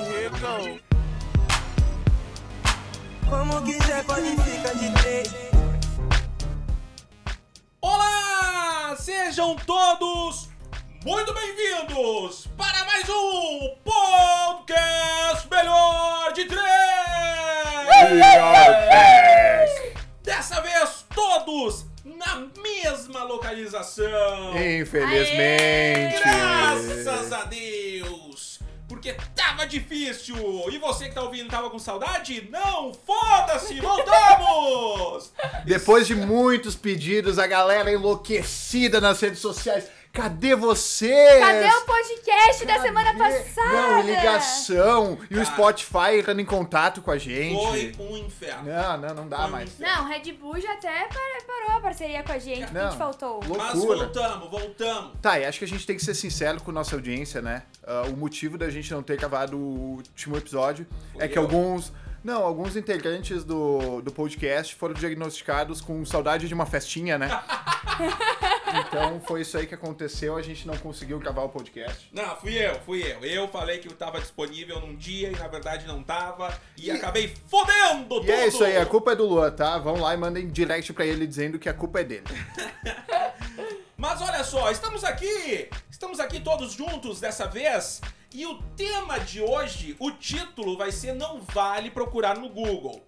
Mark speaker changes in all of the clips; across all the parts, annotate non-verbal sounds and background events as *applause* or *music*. Speaker 1: Não. Como quiser, pode ficar de três.
Speaker 2: Olá! Sejam todos muito bem-vindos para mais um podcast melhor de três. Dessa vez todos na mesma localização.
Speaker 3: Infelizmente.
Speaker 2: Graças a Deus! Porque tava difícil! E você que tá ouvindo tava com saudade? Não!
Speaker 3: *laughs*
Speaker 2: Foda-se! Voltamos!
Speaker 3: Depois de muitos pedidos, a galera enlouquecida nas redes sociais. Cadê vocês?
Speaker 4: Cadê o podcast da semana passada?
Speaker 3: Não, e ligação. E
Speaker 2: Cara.
Speaker 3: o Spotify entrando em contato com a gente.
Speaker 2: Foi um inferno.
Speaker 3: Não, não, não dá
Speaker 2: Foi
Speaker 3: mais.
Speaker 4: Não, Red Bull já até par- parou a parceria com a gente, porque a
Speaker 3: Não.
Speaker 4: gente faltou.
Speaker 2: Mas
Speaker 3: Loucura.
Speaker 2: voltamos, voltamos.
Speaker 3: Tá, e acho que a gente tem que ser sincero com nossa audiência, né? Ah, o motivo da gente não ter gravado o último episódio
Speaker 2: Foi
Speaker 3: é que
Speaker 2: eu.
Speaker 3: alguns. Não, alguns integrantes do, do podcast foram diagnosticados com saudade de uma festinha,
Speaker 2: *laughs*
Speaker 3: né? então foi isso aí que aconteceu, a gente não conseguiu gravar o podcast.
Speaker 2: Não, fui eu, fui eu. Eu falei que eu tava disponível num dia e na verdade não tava. E, acabei fodendo tudo!
Speaker 3: E é isso aí, a culpa é do Luan, tá? Vão lá e mandem direct pra ele dizendo que a culpa é dele.
Speaker 2: Mas olha só, estamos aqui! Estamos aqui todos juntos dessa vez. E o tema de hoje, o título vai ser Não Vale Procurar no Google.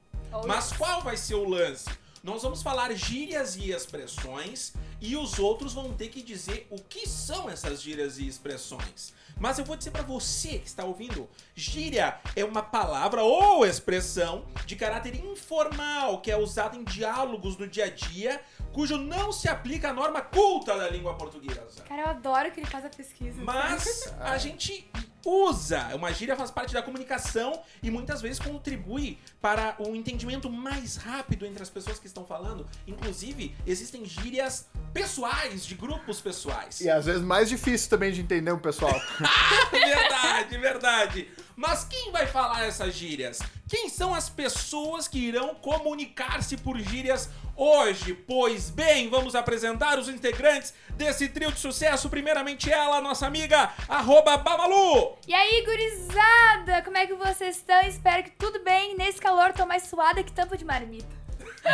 Speaker 2: Mas qual vai ser o lance? Nós vamos falar gírias e expressões e os outros vão ter que dizer o que são essas gírias e expressões. Mas eu vou dizer pra você que está ouvindo, gíria é uma palavra ou expressão de caráter informal que é usada em diálogos do dia a dia, cujo não se aplica à norma culta da língua portuguesa.
Speaker 4: Cara, eu adoro que ele faz a pesquisa. assim.
Speaker 2: Mas a gente usa, uma gíria faz parte da comunicação e muitas vezes contribui para o entendimento mais rápido entre as pessoas que estão falando. Inclusive, existem gírias pessoais, de grupos pessoais.
Speaker 3: E às vezes mais difícil também de entender o pessoal.
Speaker 2: *laughs* Verdade, verdade. Mas quem vai falar essas gírias? Quem são as pessoas que irão comunicar-se por gírias hoje? Pois bem, vamos apresentar os integrantes desse trio de sucesso. Primeiramente ela, nossa amiga, arroba Babalu.
Speaker 4: E aí, gurizada, como é que vocês estão? Espero que tudo bem. Nesse calor, tô mais suada que tampa de marmita.
Speaker 2: Oh!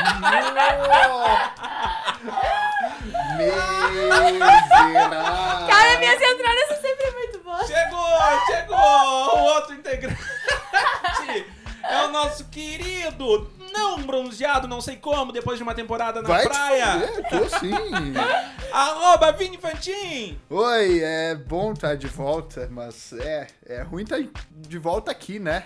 Speaker 3: Miserável.
Speaker 4: Cara, minhas entradas são sempre muito boas.
Speaker 2: Chegou, chegou! O outro integrante é o nosso querido, não bronzeado, não sei como, depois de uma temporada na
Speaker 3: Vai
Speaker 2: praia,
Speaker 3: te fuder, tô sim.
Speaker 2: arroba Vini Fantin!
Speaker 3: Oi, é bom estar de volta, mas é, é ruim estar de volta aqui, né?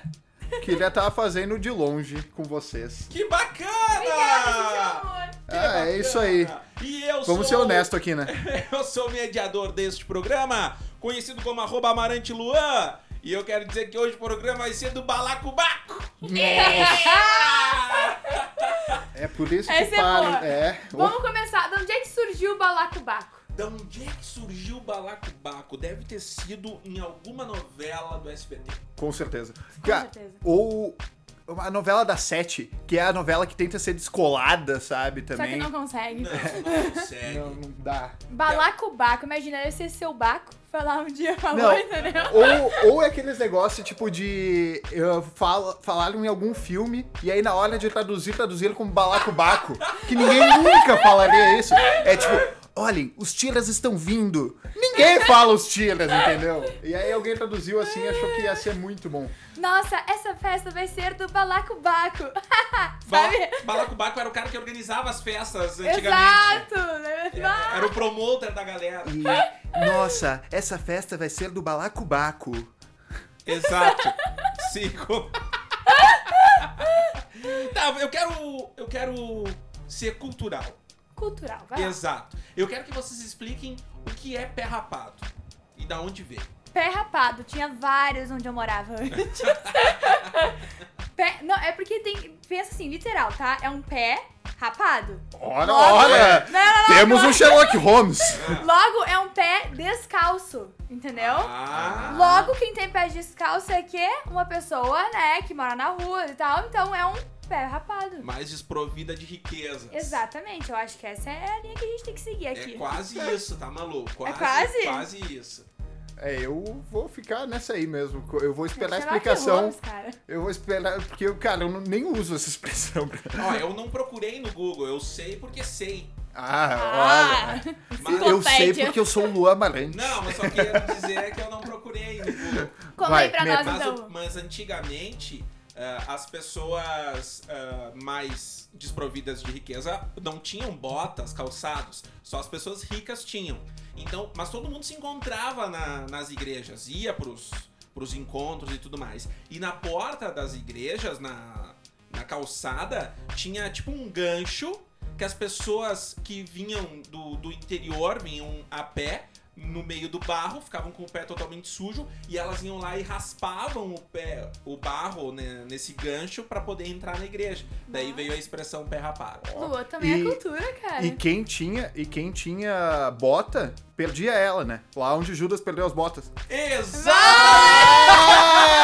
Speaker 3: Queria estar fazendo de longe com vocês.
Speaker 2: Que
Speaker 4: Obrigada,
Speaker 2: bacana!
Speaker 4: meu amor.
Speaker 2: Que
Speaker 3: Ah, é isso aí.
Speaker 2: bacana. E eu
Speaker 3: Vamos ser
Speaker 2: sou...
Speaker 3: honesto aqui, né?
Speaker 2: *laughs* Eu sou o mediador deste programa, conhecido como arroba Amarante Luan. E eu quero dizer que hoje o programa vai ser do Balacobaco.
Speaker 3: É por isso que
Speaker 4: Essa é boa.
Speaker 3: param. É,
Speaker 4: Vamos começar. De onde é que surgiu o balacobaco?
Speaker 2: Da onde é que surgiu o Balacobaco? Deve ter sido em alguma novela do SBT.
Speaker 3: com certeza.
Speaker 4: Com certeza.
Speaker 3: Ou a novela da Sete, que é a novela que tenta ser descolada, sabe?
Speaker 4: Só que
Speaker 3: Também.
Speaker 4: não consegue.
Speaker 2: Não, não consegue.
Speaker 3: não, não dá.
Speaker 4: Balacobaco, imagina, deve ser seu baco. Foi lá um dia, falou,
Speaker 3: Não.
Speaker 4: entendeu?
Speaker 3: Ou, ou é aqueles negócios, tipo, de. eh, fala, falaram em algum filme, e aí na hora de traduzir, traduziram como balacobaco. Que ninguém nunca falaria isso. É tipo, olhem, os tiras estão vindo. Ninguém fala os tiras, entendeu? E aí alguém traduziu assim achou que ia ser muito bom.
Speaker 4: Nossa, essa festa vai ser do Balacobaco.
Speaker 2: Bala-
Speaker 4: Sabe?
Speaker 2: Balacobaco era o cara que organizava as festas antigamente.
Speaker 4: Exato! né? Ah,
Speaker 2: Era o promoter da galera.
Speaker 3: E, nossa, essa festa vai ser do balacobaco.
Speaker 2: Exato.
Speaker 4: *laughs*
Speaker 2: Cinco. tá, eu quero. Eu quero ser cultural.
Speaker 4: Cultural, vai. lá.
Speaker 2: Exato. Eu quero que vocês expliquem o que é pé rapado e da onde veio.
Speaker 4: Pé rapado, tinha vários onde eu morava
Speaker 2: *laughs*
Speaker 4: antes. pé... Não, é porque tem. Pensa assim, literal, tá? É um pé rapado.
Speaker 3: Ora,
Speaker 4: Nossa.
Speaker 3: ora!
Speaker 4: Não, não, não,
Speaker 3: Temos
Speaker 4: não.
Speaker 3: um Sherlock Holmes.
Speaker 4: Logo, é um pé descalço, entendeu?
Speaker 2: Ah,
Speaker 4: Logo, quem tem pé descalço é que uma pessoa, né, que mora na rua e tal, então é um pé rapado.
Speaker 2: mais desprovida de riquezas.
Speaker 4: Exatamente, eu acho que *laughs* essa é a linha que a gente tem que seguir Tá aqui.
Speaker 2: É quase isso, tá maluco?
Speaker 4: É quase?
Speaker 2: Quase isso.
Speaker 3: É, eu vou ficar nessa aí mesmo. Eu vou esperar a
Speaker 4: Sherlock
Speaker 3: explicação.
Speaker 4: Holmes, cara.
Speaker 3: Eu vou esperar, porque, eu, cara, eu não- nem uso essa
Speaker 2: *laughs*
Speaker 3: expressão. cara.
Speaker 2: Ó, eu não procurei no Google, eu sei porque sei.
Speaker 3: Ah, olha. Eu- Eu sei
Speaker 4: enciclopédia.
Speaker 3: porque eu sou o Luan Maranhão.
Speaker 2: Não, mas só queria dizer que eu não procurei no Google.
Speaker 4: *laughs* Conta
Speaker 3: Vai,
Speaker 4: aí pra
Speaker 3: me-
Speaker 4: nós,
Speaker 2: Mas,
Speaker 4: então.
Speaker 2: mas antigamente, ah, as pessoas ah, mais desprovidas de riqueza não tinham botas, calçados. Só as pessoas ricas tinham. Então, mas todo mundo se encontrava na- nas igrejas, ia pros, pros encontros e tudo mais. E na porta das igrejas, na, na calçada, tinha tipo um gancho que as pessoas que vinham do, do interior, vinham a pé, no meio do barro, ficavam com o pé totalmente sujo, e elas iam lá e raspavam o pé, o barro né, nesse gancho pra poder entrar na igreja. Daí veio a expressão pé rapado.
Speaker 4: Lua também
Speaker 3: E-
Speaker 4: é cultura, cara.
Speaker 3: E quem tinha, e quem tinha bota, perdia ela, né? Lá onde Judas perdeu as
Speaker 2: *laughs*
Speaker 3: botas.
Speaker 2: Exato!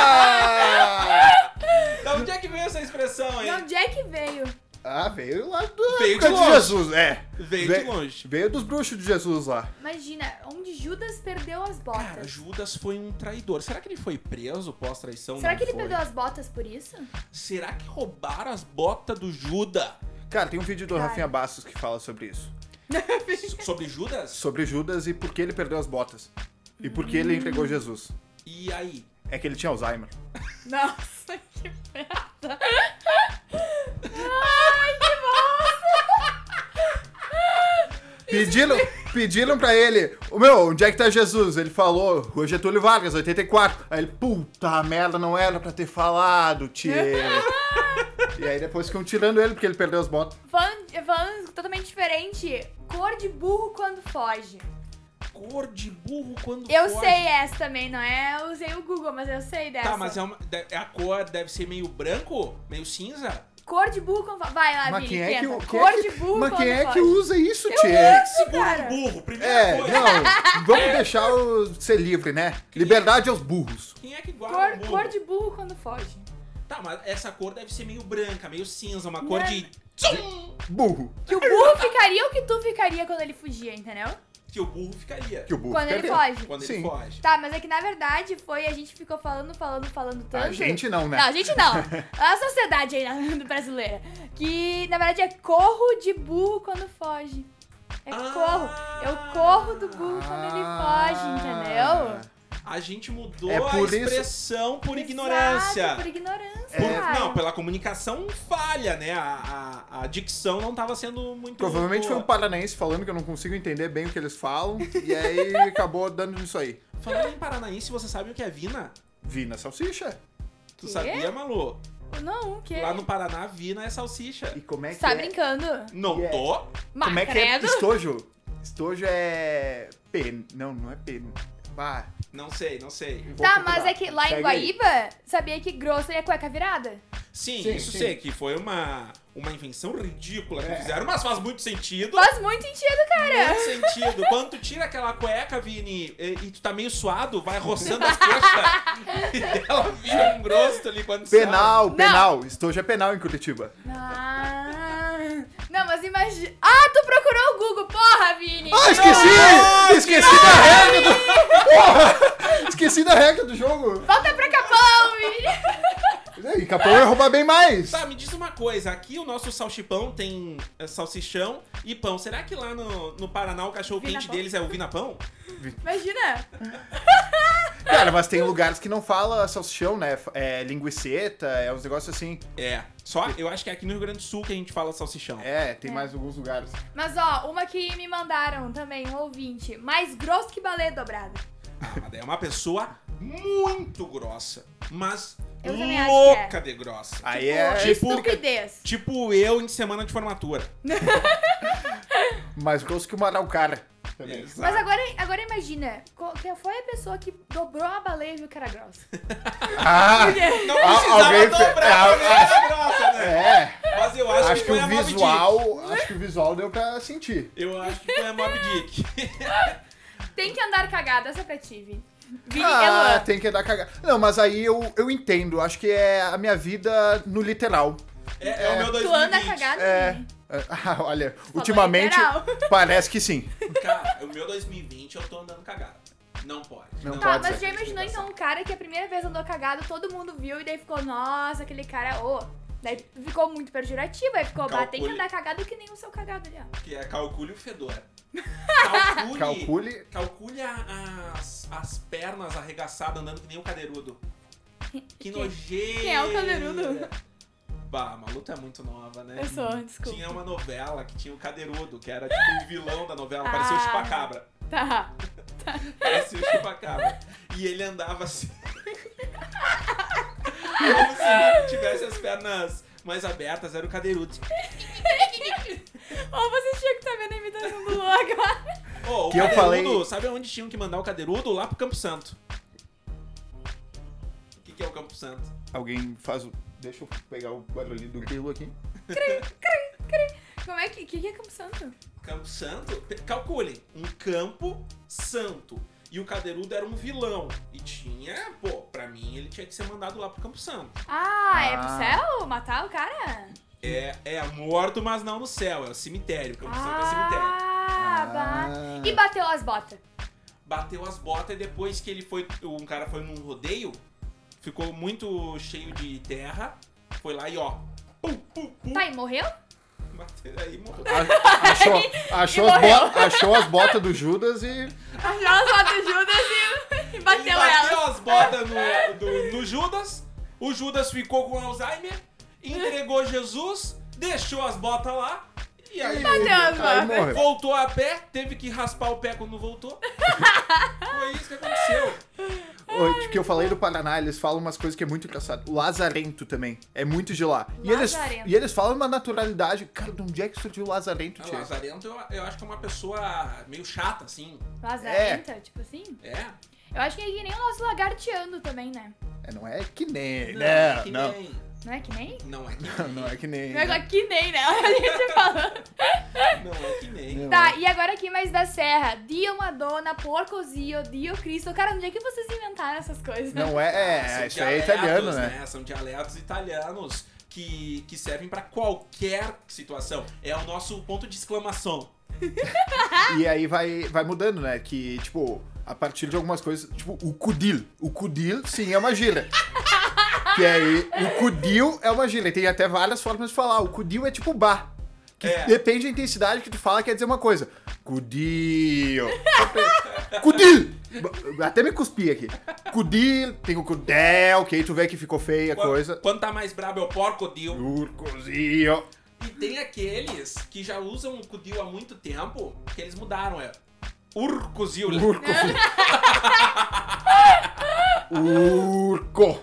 Speaker 3: Ah,
Speaker 2: Da onde é que veio essa expressão,
Speaker 4: De
Speaker 2: hein?
Speaker 4: onde é que veio?
Speaker 3: Ah, veio lá do
Speaker 2: Veio de
Speaker 3: época
Speaker 2: longe.
Speaker 3: Jesus, é.
Speaker 2: Veio de
Speaker 3: Veio-
Speaker 2: longe.
Speaker 3: Veio dos bruxos de Jesus lá.
Speaker 4: Imagina, onde Judas perdeu as
Speaker 2: Cara,
Speaker 4: botas.
Speaker 2: Judas foi um traidor. Será que ele foi preso pós-traição?
Speaker 4: Será
Speaker 2: Não
Speaker 4: que ele
Speaker 2: foi.
Speaker 4: perdeu as botas por isso?
Speaker 2: Será que roubaram as botas do Judas?
Speaker 3: Cara, tem um vídeo do
Speaker 4: Cara.
Speaker 3: Rafinha Bastos que fala sobre isso.
Speaker 2: So- Sobre Judas?
Speaker 3: Sobre Judas e por que ele perdeu as botas. E por que ele entregou Jesus.
Speaker 2: E aí?
Speaker 3: É que ele tinha Alzheimer.
Speaker 4: Nossa, que merda! Ai, que massa!
Speaker 3: Pediram, pediram pra ele, "Ô, meu, onde é que tá Jesus? Ele falou, Rua Getúlio Vargas, 84. Aí ele, puta merda, não era pra ter falado, tio. e aí depois ficam tirando ele porque ele perdeu as botas.
Speaker 4: Falando, falando totalmente diferente, cor de burro quando foge.
Speaker 2: Cor de burro quando
Speaker 4: Eu
Speaker 2: foge.
Speaker 4: sei essa também, não é? Eu usei o Google, mas eu sei dessa.
Speaker 2: Tá,
Speaker 3: um
Speaker 2: mas é uma, de- a cor deve ser meio branco, meio cinza.
Speaker 4: Cor de burro quando foge. Vai lá,
Speaker 3: Mas
Speaker 4: Vini,
Speaker 3: quem é que, quem
Speaker 4: tenta. Cor
Speaker 3: é que-
Speaker 4: de burro
Speaker 3: mas
Speaker 4: quando
Speaker 3: quem é
Speaker 4: foge.
Speaker 3: que usa isso, tio?
Speaker 2: Segura
Speaker 4: cara.
Speaker 2: o burro, primeira
Speaker 3: É,
Speaker 2: coisa.
Speaker 3: não, vamos deixar o, ser livre, né? Liberdade aos burros.
Speaker 2: Quem é que guarda o
Speaker 4: Cor,
Speaker 2: burro?
Speaker 4: cor de burro quando foge.
Speaker 2: Tá, mas essa cor deve ser meio branca, meio cinza, uma cor
Speaker 4: Não.
Speaker 2: de...
Speaker 3: Burro.
Speaker 4: Que o burro ficaria ou que tu ficaria quando ele fugia, entendeu?
Speaker 2: Que o burro ficaria
Speaker 3: Que o burro
Speaker 4: Quando ele
Speaker 3: perdeu.
Speaker 4: foge.
Speaker 2: quando
Speaker 3: Sim.
Speaker 2: ele foge.
Speaker 4: Tá, mas é que na verdade foi, a gente ficou falando, falando, falando tanto.
Speaker 3: A gente não,
Speaker 2: é.
Speaker 3: né?
Speaker 4: Não, a gente
Speaker 2: *laughs*
Speaker 4: não. A sociedade aí na- brasileira. Que na verdade é corro de burro quando foge. É
Speaker 2: Ah.
Speaker 4: corro. Eu corro do burro quando ele
Speaker 3: Ah.
Speaker 4: foge, entendeu?
Speaker 2: A gente mudou
Speaker 3: É por
Speaker 2: a
Speaker 3: isso-
Speaker 2: expressão por
Speaker 4: Exato,
Speaker 2: ignorância.
Speaker 4: Por ignorância.
Speaker 2: Por-
Speaker 4: cara.
Speaker 2: Não, pela comunicação falha, né? A, a, a dicção não tava sendo muito
Speaker 3: Provavelmente foi
Speaker 2: boa.
Speaker 3: um paranaense falando que eu não consigo entender bem o que eles falam. E
Speaker 4: *laughs*
Speaker 3: aí acabou dando nisso aí.
Speaker 2: Falando em paranaense, você sabe o que é vina?
Speaker 3: Vina salsicha.
Speaker 2: Tu
Speaker 4: Quê?
Speaker 2: sabia, Malu?
Speaker 4: Não, o quê?
Speaker 2: Lá no Paraná, vina é salsicha.
Speaker 3: E como é que
Speaker 4: Você tá
Speaker 3: é?
Speaker 4: brincando? né,
Speaker 2: Não
Speaker 3: Yeah.
Speaker 2: tô.
Speaker 4: Mas,
Speaker 3: Como é que é
Speaker 4: credo.
Speaker 3: estojo? Estojo é pen. Não, não é pen. Ah,
Speaker 2: Não sei, não sei.
Speaker 3: vou
Speaker 4: Tá,
Speaker 3: procurar.
Speaker 4: mas é que lá em
Speaker 3: Segue aí.
Speaker 4: Guaíba, sabia que grosso é cueca virada?
Speaker 2: Sim,
Speaker 3: Sim,
Speaker 2: isso
Speaker 3: sim. É.
Speaker 2: sei, que foi uma, uma invenção ridícula que fizeram, mas faz muito sentido.
Speaker 4: Faz é. muito sentido, cara.
Speaker 2: Muito sentido. Quando tu tira aquela cueca, Vini, e, e tu tá meio suado, vai roçando as coxas.
Speaker 4: *laughs*
Speaker 2: e ela vira um grosso ali quando sai.
Speaker 3: Penal, penal. Estojo é penal em Curitiba.
Speaker 4: Ah, não, mas imagina. Ah, tu procurou o Google, porra, Vini!
Speaker 3: Ah, esqueci! esqueci da regra do. Porra! Esqueci da regra do jogo.
Speaker 4: Volta pra Capão, Vini!
Speaker 3: E Capão ia roubar bem mais.
Speaker 2: Tá, me diz uma coisa, aqui o nosso salchipão tem é, salsichão e pão. Será que lá no, no Paraná o cachorro-quente
Speaker 4: Vinapão.
Speaker 2: deles é o vinapão?
Speaker 4: Imagina!
Speaker 3: Cara, mas tem lugares que não fala salsichão, né? É linguiceta, é uns negócios assim.
Speaker 2: É. Só, eu acho que é aqui no Rio Grande do Sul que a gente fala salsichão.
Speaker 3: É, tem
Speaker 4: É.
Speaker 3: mais alguns lugares.
Speaker 4: Mas ó, uma que me mandaram também, um ouvinte. Mais grosso que baleia dobrado.
Speaker 2: Ah, mas daí é uma pessoa muito grossa, mas
Speaker 4: Eu também acho que é.
Speaker 2: louca de grossa.
Speaker 3: Aí é.
Speaker 4: Que
Speaker 2: tipo-
Speaker 4: estupidez.
Speaker 2: Tipo eu em semana de formatura.
Speaker 3: tipo, Mais grosso que o Maraucara.
Speaker 4: Mas agora, agora imagina, qual, quem foi a pessoa que dobrou a baleia e viu que era grossa?
Speaker 3: Ah!
Speaker 4: é
Speaker 2: Não
Speaker 3: Ah,
Speaker 2: Então, precisava
Speaker 3: alguém fe-
Speaker 2: dobrar
Speaker 3: é,
Speaker 2: pra ver grossa, né?
Speaker 3: É,
Speaker 2: Mas eu acho,
Speaker 3: acho,
Speaker 2: que
Speaker 3: que,
Speaker 2: foi
Speaker 3: o
Speaker 2: a Mob Dick.
Speaker 3: visual. Acho que o visual deu pra sentir.
Speaker 2: Eu acho que foi a Mob Dick.
Speaker 4: Tem que andar cagada, essa é pra ti, Vini. Vini é
Speaker 3: Ah,
Speaker 4: Luan.
Speaker 3: tem que dar cagada. Não, mas aí eu, eu entendo. Acho que é a minha vida no literal.
Speaker 4: Assim.
Speaker 2: É, é o meu
Speaker 4: Tu anda
Speaker 2: 2020.
Speaker 4: cagada,
Speaker 3: tá. É. *laughs*
Speaker 4: Vini?
Speaker 3: Ah, olha, ultimamente
Speaker 4: literal.
Speaker 3: *laughs* parece que sim.
Speaker 2: Cara, o meu 2020 eu tô andando cagado. Não pode.
Speaker 3: Não
Speaker 4: Tá,
Speaker 3: pode
Speaker 4: mas
Speaker 3: ser.
Speaker 4: já imaginou então um cara que a primeira vez andou cagado, todo mundo viu e daí ficou, nossa, aquele cara, ô. Daí ficou muito pejorativo, aí ficou, bah, tem que
Speaker 2: Calcule.
Speaker 4: andar cagado que nem o seu cagado ali, ó.
Speaker 2: Que é calcule o fedor.
Speaker 4: *laughs*
Speaker 2: Calcule.
Speaker 3: Calcule.
Speaker 2: Calcule a- as, as pernas arregaçadas andando que nem o
Speaker 4: *laughs*
Speaker 2: cadeirudo. Que
Speaker 4: Quem-
Speaker 2: nojeira.
Speaker 4: quem é o cadeirudo?
Speaker 2: Bah, a Malu é muito nova, né?
Speaker 4: Eu sou, desculpa.
Speaker 2: Tinha uma novela que tinha o cadeirudo, que era tipo o vilão da novela, parecia o
Speaker 4: Ah.
Speaker 2: chupacabra.
Speaker 4: Tá.
Speaker 2: Parecia o chupacabra. E ele andava assim. Como se ele tivesse as pernas mais abertas, era o cadeirudo.
Speaker 4: *laughs* Ou vocês tinham que estar vendo a imitação do Lu agora.
Speaker 2: Ô, o
Speaker 3: Que eu
Speaker 2: cadeirudo,
Speaker 3: falei-
Speaker 2: sabe onde tinham que mandar o cadeirudo? Lá pro Campo Santo. O que, que é o Campo Santo?
Speaker 3: Alguém faz o. Deixa eu pegar o barulhinho do grilo aqui.
Speaker 4: Como é que, que, que é Campo Santo?
Speaker 2: Campo Santo? Pe- Calculem, um Campo Santo. E o cadeirudo era um vilão. E tinha, pô, pra mim ele tinha que ser mandado lá pro Campo Santo.
Speaker 4: Ah, é pro
Speaker 3: Ah.
Speaker 4: céu? Matar o cara?
Speaker 2: É, é morto, mas não no céu, é o cemitério. Campo Santo é cemitério.
Speaker 4: Ah,
Speaker 3: Ah.
Speaker 4: bah. E bateu as botas.
Speaker 2: Bateu as botas e depois que ele foi. Um cara foi num rodeio, ficou muito cheio de terra. Foi lá e ó. Pum, pum, pum.
Speaker 4: Tá, e morreu?
Speaker 2: *laughs* Bateu aí, morreu.
Speaker 3: A-
Speaker 4: *laughs*
Speaker 3: Achou, achou, as
Speaker 4: morreu.
Speaker 3: bo- achou as botas do Judas e.
Speaker 4: Achou as botas Judas
Speaker 3: *laughs*
Speaker 4: e, e
Speaker 2: Ele
Speaker 4: bateu
Speaker 2: bateu
Speaker 4: ela.
Speaker 2: as botas no, do- no Judas, o Judas ficou com Alzheimer, entregou Jesus, deixou as botas lá e aí
Speaker 4: as
Speaker 3: Aí
Speaker 4: botas.
Speaker 3: morreu.
Speaker 2: voltou a pé, teve que raspar o pé quando
Speaker 4: *laughs*
Speaker 2: voltou. Foi isso que aconteceu.
Speaker 3: O que eu falei do Paraná, eles falam umas coisas que é muito engraçado. O Lazarento também. É muito de lá. E eles,
Speaker 4: Lazarento.
Speaker 3: e eles falam uma naturalidade. Cara, de onde é que surgiu o Lazarento,
Speaker 2: A
Speaker 3: tio?
Speaker 2: Lazarento, eu, eu acho que é uma pessoa meio chata, assim.
Speaker 4: Lazarenta, tipo assim.
Speaker 2: É.
Speaker 4: Eu acho que é que nem o nosso lagarteando também, né?
Speaker 3: É, não é que nem,
Speaker 2: Não, é
Speaker 3: né?
Speaker 2: que
Speaker 3: Não.
Speaker 2: nem.
Speaker 4: Não é que nem?
Speaker 2: Não é que
Speaker 3: *laughs* Não. é que nem.
Speaker 4: Não é que nem, né? *laughs* A gente falando.
Speaker 2: Não é que nem.
Speaker 3: Não.
Speaker 4: Tá, e agora aqui mais da Serra. Dio Madonna, Porcozio, Dio Cristo. Cara, onde é que vocês inventaram essas coisas?
Speaker 3: Não é. é,
Speaker 2: São
Speaker 3: isso aí é
Speaker 2: dialetos,
Speaker 3: italiano, né?
Speaker 2: São dialetos italianos que, que servem pra qualquer situação. É o nosso ponto de exclamação.
Speaker 3: E aí vai, vai mudando, né? Que, tipo, a partir de algumas coisas. Tipo, o Cudil. O Cudil, sim, é uma gíria. que aí, o Cudil é uma gíria. Tem até várias formas de falar. O Cudil é tipo bar. Que
Speaker 2: É.
Speaker 3: depende da intensidade que tu fala, quer dizer uma coisa. Cudil. Cudil! Até me cuspi aqui. Cudil, tem o Cudel, que aí tu vê que ficou feia a
Speaker 2: Quan-
Speaker 3: coisa. Uh.
Speaker 2: Quando tá mais brabo é o porco Dio.
Speaker 3: Urcozio.
Speaker 2: E tem aqueles que já usam o Cudil há muito tempo, que eles mudaram, é. Urcozil. né?
Speaker 3: Urco.
Speaker 4: *laughs*
Speaker 3: Urco.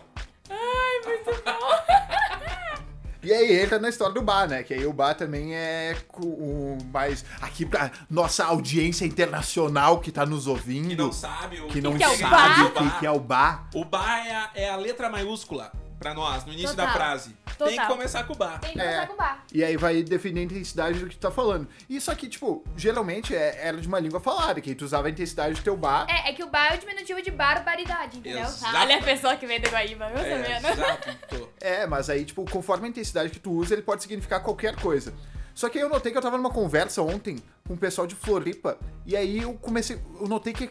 Speaker 3: E aí entra na história do bar, né? Que aí o bar também é co- o mais. Aqui pra nossa audiência internacional que tá nos ouvindo,
Speaker 2: Que não sabe o
Speaker 3: que não
Speaker 4: que é o
Speaker 3: sabe
Speaker 4: bar?
Speaker 3: o que, que é o bar.
Speaker 2: O bar é a, é a letra maiúscula pra nós, no início da
Speaker 4: Total.
Speaker 2: frase. Tem que
Speaker 4: Total.
Speaker 2: começar com o bar.
Speaker 4: Tem que
Speaker 3: É.
Speaker 4: começar com bar.
Speaker 3: E aí vai definir a intensidade do que tu tá falando. Isso aqui, tipo, geralmente é- era de uma língua falada, que aí tu usava a intensidade do teu bar.
Speaker 4: É, é que o bar é o diminutivo de barbaridade, entendeu? Tá?
Speaker 2: Exato.
Speaker 4: Olha a pessoa que vem do Guaíba, viu,
Speaker 2: É,
Speaker 4: Sabina?
Speaker 2: exato.
Speaker 3: É, mas aí, tipo, conforme a intensidade que tu usa, ele pode significar qualquer coisa. Só que aí eu notei que eu tava numa conversa ontem com o pessoal de Floripa, e aí eu comecei. Eu notei que.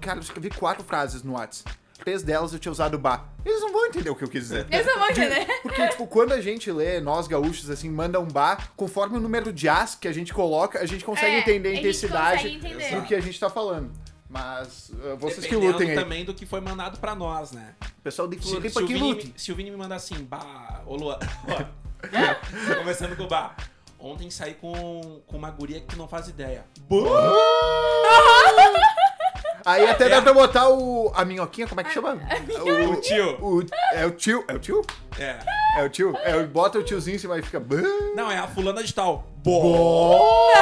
Speaker 3: Cara, eu escrevi quatro frases no Whats. Três delas eu tinha usado bar. Eles não vão entender o que eu quis dizer.
Speaker 4: Eu só vou entender.
Speaker 3: Porque, tipo, quando a gente lê, nós gaúchos, assim, manda um bar, conforme o número de as que a gente coloca, a gente *laughs* consegue
Speaker 4: É,
Speaker 3: entender a
Speaker 4: gente
Speaker 3: intensidade
Speaker 4: consegue entender.
Speaker 3: do que a gente tá falando. Mas uh, *laughs* vocês que
Speaker 2: Dependendo
Speaker 3: lutem aí.
Speaker 2: também do que foi mandado pra nós, né?
Speaker 3: Pessoal de
Speaker 2: Se,
Speaker 3: Floripa
Speaker 2: se o
Speaker 3: que
Speaker 2: Vini,
Speaker 3: lutem.
Speaker 2: me- se o Vini me mandar assim, bah, ô *laughs*
Speaker 4: *laughs*
Speaker 2: Luan. ó, Começando com o bar. Ontem saí com, com uma guria que tu não faz ideia.
Speaker 3: Aí até dá pra botar o. A minhoquinha, como é que chama?
Speaker 2: O tio.
Speaker 3: O, é o tio? É o tio?
Speaker 2: É.
Speaker 3: É o tio? É, o- bota o tiozinho em cima e fica. "Bã".
Speaker 2: Não, é a fulana de tal. Bo.
Speaker 3: Ó,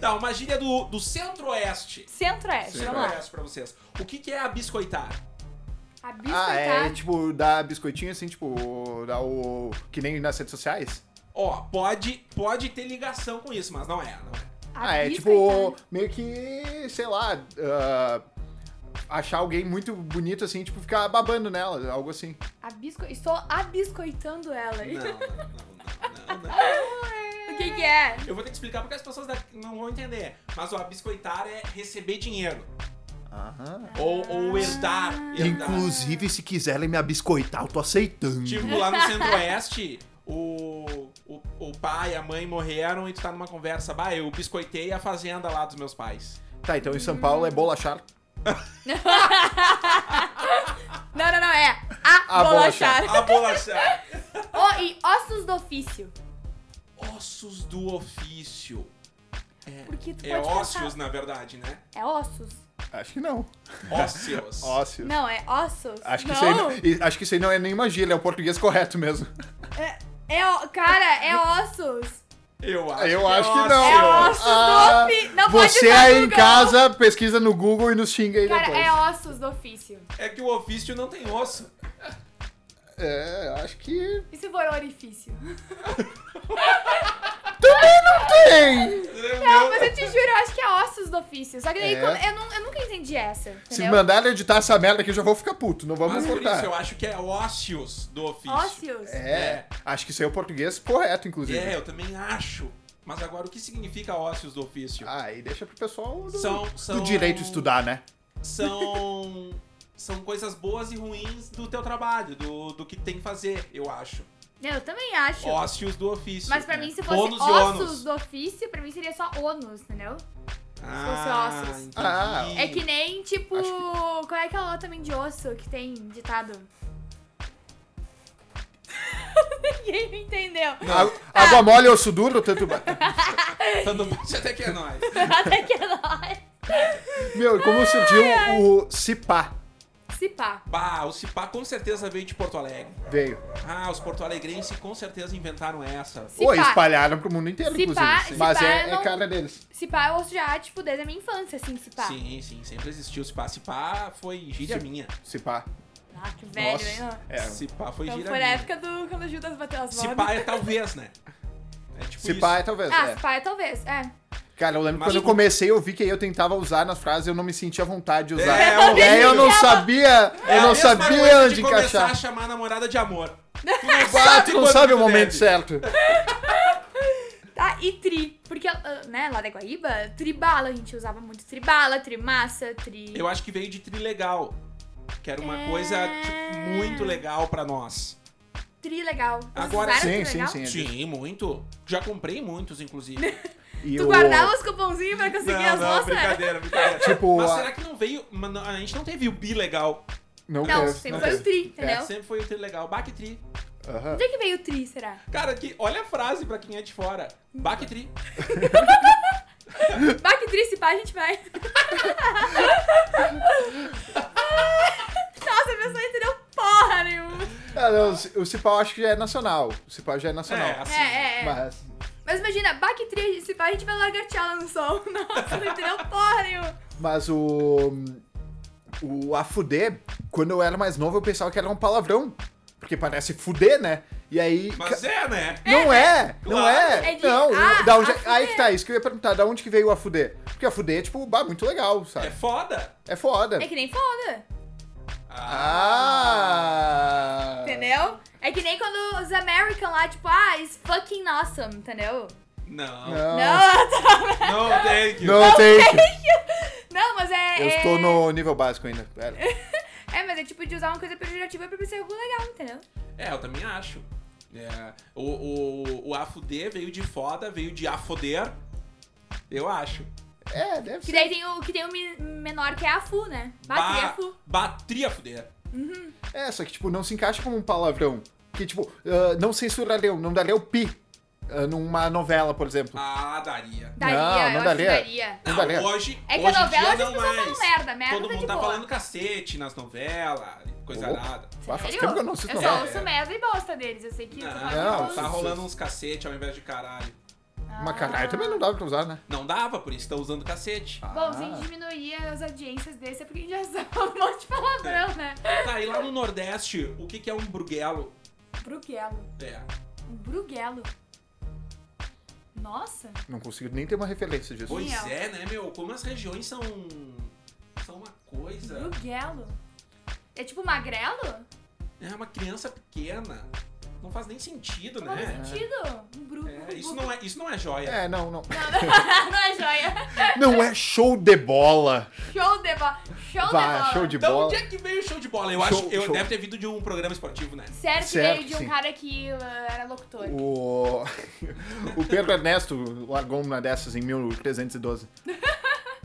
Speaker 2: Tá, uma gíria do, do centro-oeste.
Speaker 4: Centro-Oeste, vamos lá.
Speaker 2: Centro-oeste pra vocês. O que, que é abiscoitar?
Speaker 4: A
Speaker 3: Ah, é,
Speaker 4: biscoitada.
Speaker 3: tipo, dá biscoitinho assim, tipo, dá o. Que nem nas redes sociais?
Speaker 2: Ó, pode, pode ter ligação com isso, mas não é, não é.
Speaker 3: Ah, é tipo, meio que, sei lá, ah, achar alguém muito bonito assim, tipo, ficar babando nela, algo assim.
Speaker 4: Estou abiscoitando ela.
Speaker 2: Não, não, não, não, não, não.
Speaker 4: O O que, que é?
Speaker 2: Eu vou ter que explicar porque as pessoas daqui não vão entender. Mas ó, biscoitar é receber dinheiro.
Speaker 3: Aham.
Speaker 2: Ou, ou herdar. herdar.
Speaker 3: Inclusive, se quiserem me abiscoitar, eu tô aceitando.
Speaker 2: Tipo, lá no Centro-Oeste, o, o, o pai e a mãe morreram e tu tá numa conversa. Bah, eu biscoitei a fazenda lá dos meus pais.
Speaker 3: Tá, então em São Paulo é bolachar.
Speaker 4: Não, não, não, é a,
Speaker 3: A
Speaker 4: bolachar.
Speaker 2: A bolacha.
Speaker 4: Oh, e ossos do ofício.
Speaker 2: Ossos do ofício.
Speaker 4: Porque tu
Speaker 2: É
Speaker 4: pode
Speaker 2: ósseos,
Speaker 4: passar-
Speaker 2: na verdade, né?
Speaker 4: É ossos?
Speaker 3: Acho que não. *laughs*
Speaker 2: Ósseos.
Speaker 3: Ósseo.
Speaker 4: Não, é ossos.
Speaker 3: Acho que,
Speaker 4: não.
Speaker 3: isso aí não, e- acho que isso aí não é nenhuma gíria, é o português correto mesmo.
Speaker 4: É, o- cara, é ossos.
Speaker 2: Eu acho,
Speaker 3: Eu
Speaker 2: que,
Speaker 3: acho que
Speaker 2: ósseo.
Speaker 3: não.
Speaker 4: É ossos
Speaker 3: Ah,
Speaker 4: do ofício. Não pode
Speaker 3: Você
Speaker 4: usar
Speaker 3: aí em
Speaker 4: Google.
Speaker 3: casa, pesquisa no Google e nos xinga aí
Speaker 4: Cara,
Speaker 3: depois.
Speaker 4: é ossos do ofício.
Speaker 2: É que o ofício não tem osso.
Speaker 3: É, acho que
Speaker 4: E se for um orifício?
Speaker 3: tem!
Speaker 4: Não, Ah, mas eu te juro, eu acho que é ossos do ofício. Só que daí
Speaker 3: É.
Speaker 4: quando- eu, nu- eu nunca entendi essa.
Speaker 3: Se
Speaker 4: Entendeu?
Speaker 3: mandarem editar essa merda aqui, eu já vou ficar puto, não vamos
Speaker 2: Mas por
Speaker 3: cortar.
Speaker 2: isso, eu acho que é ósseos do ofício.
Speaker 4: Ósseos?
Speaker 3: É, acho que isso aí é o português correto, inclusive.
Speaker 2: É, eu também acho. Mas agora, o que significa ósseos do ofício?
Speaker 3: Ah, e deixa pro pessoal do,
Speaker 2: São-
Speaker 3: do
Speaker 2: são-
Speaker 3: direito estudar, né?
Speaker 2: São... São coisas boas e ruins do teu trabalho, do, do que tem que fazer, eu acho.
Speaker 4: Eu também acho.
Speaker 2: Ósseos do ofício.
Speaker 4: Mas pra mim,
Speaker 3: né?
Speaker 4: se fosse
Speaker 2: Bônus e
Speaker 4: ossos
Speaker 2: ônus.
Speaker 4: do ofício, pra mim seria só ônus, entendeu?
Speaker 2: Ah,
Speaker 4: ossos.
Speaker 2: entendi.
Speaker 3: Ah,
Speaker 4: É que nem, tipo,
Speaker 3: Acho
Speaker 4: qual é aquela outra também de osso que tem ditado? *laughs* Ninguém me entendeu.
Speaker 3: Água-
Speaker 4: Ah.
Speaker 3: Água mole ou suduro, tanto ba-
Speaker 2: Tanto bate até que é nóis.
Speaker 4: Até que é nóis.
Speaker 3: Meu, como surgiu o Cipá?
Speaker 4: Se pá.
Speaker 2: Bah, o Cipá com certeza veio de Porto Alegre.
Speaker 3: Veio.
Speaker 2: Ah, os porto-alegrenses com certeza inventaram essa.
Speaker 4: Se
Speaker 3: Pô,
Speaker 4: pá.
Speaker 3: espalharam pro mundo inteiro,
Speaker 4: Se
Speaker 3: inclusive.
Speaker 4: pá- se
Speaker 3: Mas
Speaker 4: pá,
Speaker 3: é,
Speaker 4: eu
Speaker 3: é
Speaker 4: não-
Speaker 3: cara deles.
Speaker 4: Se pá, eu ouço já, tipo, desde a minha infância, assim, se pá.
Speaker 2: Sim, sim, sempre existiu. Cipá, Cipá foi gíria minha.
Speaker 3: Cipá.
Speaker 4: Ah, que velho,
Speaker 3: Nossa.
Speaker 4: hein? ó.
Speaker 3: É.
Speaker 2: Cipá foi
Speaker 4: Então
Speaker 2: gíria
Speaker 4: foi na
Speaker 2: minha.
Speaker 4: época do quando o Judas bateu as mãos.
Speaker 2: Cipá é talvez, né? É tipo isso.
Speaker 3: Cipá é talvez.
Speaker 4: Ah,
Speaker 3: é.
Speaker 4: se pá é talvez, é.
Speaker 3: Cara, eu lembro
Speaker 2: Mas-
Speaker 3: quando eu comecei, eu vi que aí eu tentava usar nas frases, eu não me sentia à vontade de usar.
Speaker 2: É,
Speaker 3: e aí eu não
Speaker 4: horrível.
Speaker 3: sabia,
Speaker 2: É
Speaker 3: eu
Speaker 2: a
Speaker 3: não
Speaker 2: mesma
Speaker 3: sabia
Speaker 2: coisa
Speaker 3: onde
Speaker 2: de começar a
Speaker 3: encaixar.
Speaker 2: chamar a namorada de amor.
Speaker 4: *laughs*
Speaker 3: Ah, tu não
Speaker 2: quando
Speaker 3: sabe o
Speaker 2: tu
Speaker 3: momento
Speaker 2: deve.
Speaker 3: certo.
Speaker 4: Tá, e tri. Porque, ah, né, lá da Guaíba, tribala, a gente usava muito tribala, trimassa, tri...
Speaker 2: Eu acho que veio de trilegal. Que era uma
Speaker 4: É.
Speaker 2: coisa tipo, muito legal pra nós.
Speaker 4: Tri legal.
Speaker 2: Agora-
Speaker 3: Sim, sim, é sim.
Speaker 2: Sim, muito. Já comprei muitos,
Speaker 4: *laughs*
Speaker 2: inclusive.
Speaker 3: E
Speaker 4: Tu
Speaker 3: o-
Speaker 4: guardava os cupomzinhos pra conseguir as nossas?
Speaker 2: brincadeira, brincadeira.
Speaker 3: *laughs* Tipo,
Speaker 2: Mas
Speaker 3: a-
Speaker 2: será que não veio. mas não- A gente não teve o bilegal.
Speaker 3: Não,
Speaker 4: Não,
Speaker 3: teve,
Speaker 4: sempre
Speaker 3: não É.
Speaker 4: foi o
Speaker 3: teve.
Speaker 4: tri, entendeu?
Speaker 2: Sempre foi o trilegal. Bactri.
Speaker 3: Aham.
Speaker 4: Onde é que veio o tri, será?
Speaker 2: Cara, que, olha a frase pra quem é de fora. Bactri.
Speaker 4: Bah, que tri, se pá, a gente vai. *laughs* Nossa, a pessoa entendeu porra nenhuma.
Speaker 3: Ah, não, o Cipá eu acho que já é nacional. O Cipá já é nacional.
Speaker 2: É, assim.
Speaker 4: É, é, é.
Speaker 3: Mas
Speaker 4: Mas imagina, Bactria, se pá, a gente vai largar tchau no sol. *laughs* Nossa, não entendeu porra nenhuma.
Speaker 3: Mas o. O a fuder, quando eu era mais novo, eu pensava que era um palavrão. Porque parece fuder, né? E aí.
Speaker 2: Mas é, né?
Speaker 3: ca- Não é! Não
Speaker 4: É
Speaker 3: é!
Speaker 4: de-
Speaker 3: Não!
Speaker 4: ah,
Speaker 3: da onde-
Speaker 4: a fuder.
Speaker 3: aí que tá, isso que eu ia perguntar, da onde que veio a fuder? Porque a fuder é tipo, bah, muito legal,
Speaker 2: É
Speaker 3: sabe?
Speaker 2: foda.
Speaker 3: É foda.
Speaker 4: É que nem foda,
Speaker 3: Ah!
Speaker 4: entendeu? É que nem quando os American lá, tipo, ah, it's fucking awesome, entendeu?
Speaker 2: Não. Não,
Speaker 3: Não, não,
Speaker 4: Não, *laughs* tá-
Speaker 2: thank you.
Speaker 3: tem.
Speaker 4: não, mas é...
Speaker 3: Eu
Speaker 4: é-
Speaker 3: estou no nível básico ainda. Pera.
Speaker 4: É, mas é tipo de usar uma coisa pejorativa pra ser algo legal, entendeu?
Speaker 2: É, eu também acho. É, o, o, o afudê veio de foda, veio de afoder. Eu acho.
Speaker 3: É, deve
Speaker 4: Que
Speaker 3: ser.
Speaker 4: daí tem o, que tem o mi- menor que é a FU, né? Batria
Speaker 2: Ba-
Speaker 4: FU.
Speaker 2: Batri a fuder.
Speaker 3: É, só que, tipo, não se encaixa como um palavrão. Que, tipo, ah, não censurariam, não daria o pi ah, numa novela, por exemplo.
Speaker 2: Ah, daria.
Speaker 4: Daria,
Speaker 3: Não,
Speaker 4: eu
Speaker 3: não
Speaker 4: acho
Speaker 3: daria.
Speaker 4: que daria.
Speaker 3: Não
Speaker 2: Não,
Speaker 3: daria.
Speaker 2: hoje.
Speaker 4: É que
Speaker 2: hoje
Speaker 4: a
Speaker 2: em
Speaker 4: novela
Speaker 2: dia
Speaker 4: hoje as
Speaker 2: não
Speaker 4: pessoas
Speaker 2: mais.
Speaker 4: falam merda, merda
Speaker 2: Todo
Speaker 4: tá de
Speaker 2: mundo tá
Speaker 4: boa.
Speaker 2: falando cacete nas novelas, coisa
Speaker 3: Opa.
Speaker 2: arada.
Speaker 3: Bah, faz
Speaker 4: Sério?
Speaker 3: tempo que eu não assisto
Speaker 4: eu só
Speaker 3: novela.
Speaker 4: ouço merda e bosta deles, eu sei que...
Speaker 2: Não,
Speaker 4: tu
Speaker 3: não,
Speaker 4: fala-
Speaker 2: tá
Speaker 3: isso-
Speaker 2: rolando uns cacete ao invés de caralho.
Speaker 3: Uma caralho também não dava pra usar, né?
Speaker 2: Não dava, por isso tá usando cacete.
Speaker 3: Ah.
Speaker 4: Bom, se a gente diminuir as audiências desse, é porque a gente já *laughs* sabe um monte de palavrão, né?
Speaker 2: Tá, e lá no Nordeste, o que, que é um bruguelo?
Speaker 4: Bruguelo.
Speaker 2: É.
Speaker 4: Um bruguelo. Nossa.
Speaker 3: Não consigo nem ter uma referência disso.
Speaker 2: Pois
Speaker 4: Sim,
Speaker 2: é, né, meu? Como as regiões são. são uma
Speaker 4: Uhum.
Speaker 2: coisa.
Speaker 4: Bruguelo. É tipo magrelo?
Speaker 2: É uma criança né, pequena. Não faz nem sentido,
Speaker 4: Não faz
Speaker 2: né?
Speaker 4: sentido. Um bruto.
Speaker 2: É,
Speaker 4: *laughs*
Speaker 2: isso, não é, isso não é joia.
Speaker 3: É, não, não.
Speaker 4: Não, não é joia. *laughs*
Speaker 3: Não é show de bola.
Speaker 4: Show de bola. Show de
Speaker 3: Bah,
Speaker 4: bola.
Speaker 3: show de
Speaker 2: Então,
Speaker 3: bola.
Speaker 2: onde é que veio o show de bola? Eu
Speaker 3: Show,
Speaker 2: acho. Eu
Speaker 3: show.
Speaker 2: Deve ter vindo de um programa esportivo, né?
Speaker 4: Certo, que
Speaker 3: Certo,
Speaker 4: veio de um
Speaker 3: sim.
Speaker 4: cara que uh, era locutor.
Speaker 3: O... *laughs* o Pedro Ernesto largou uma dessas em 1312.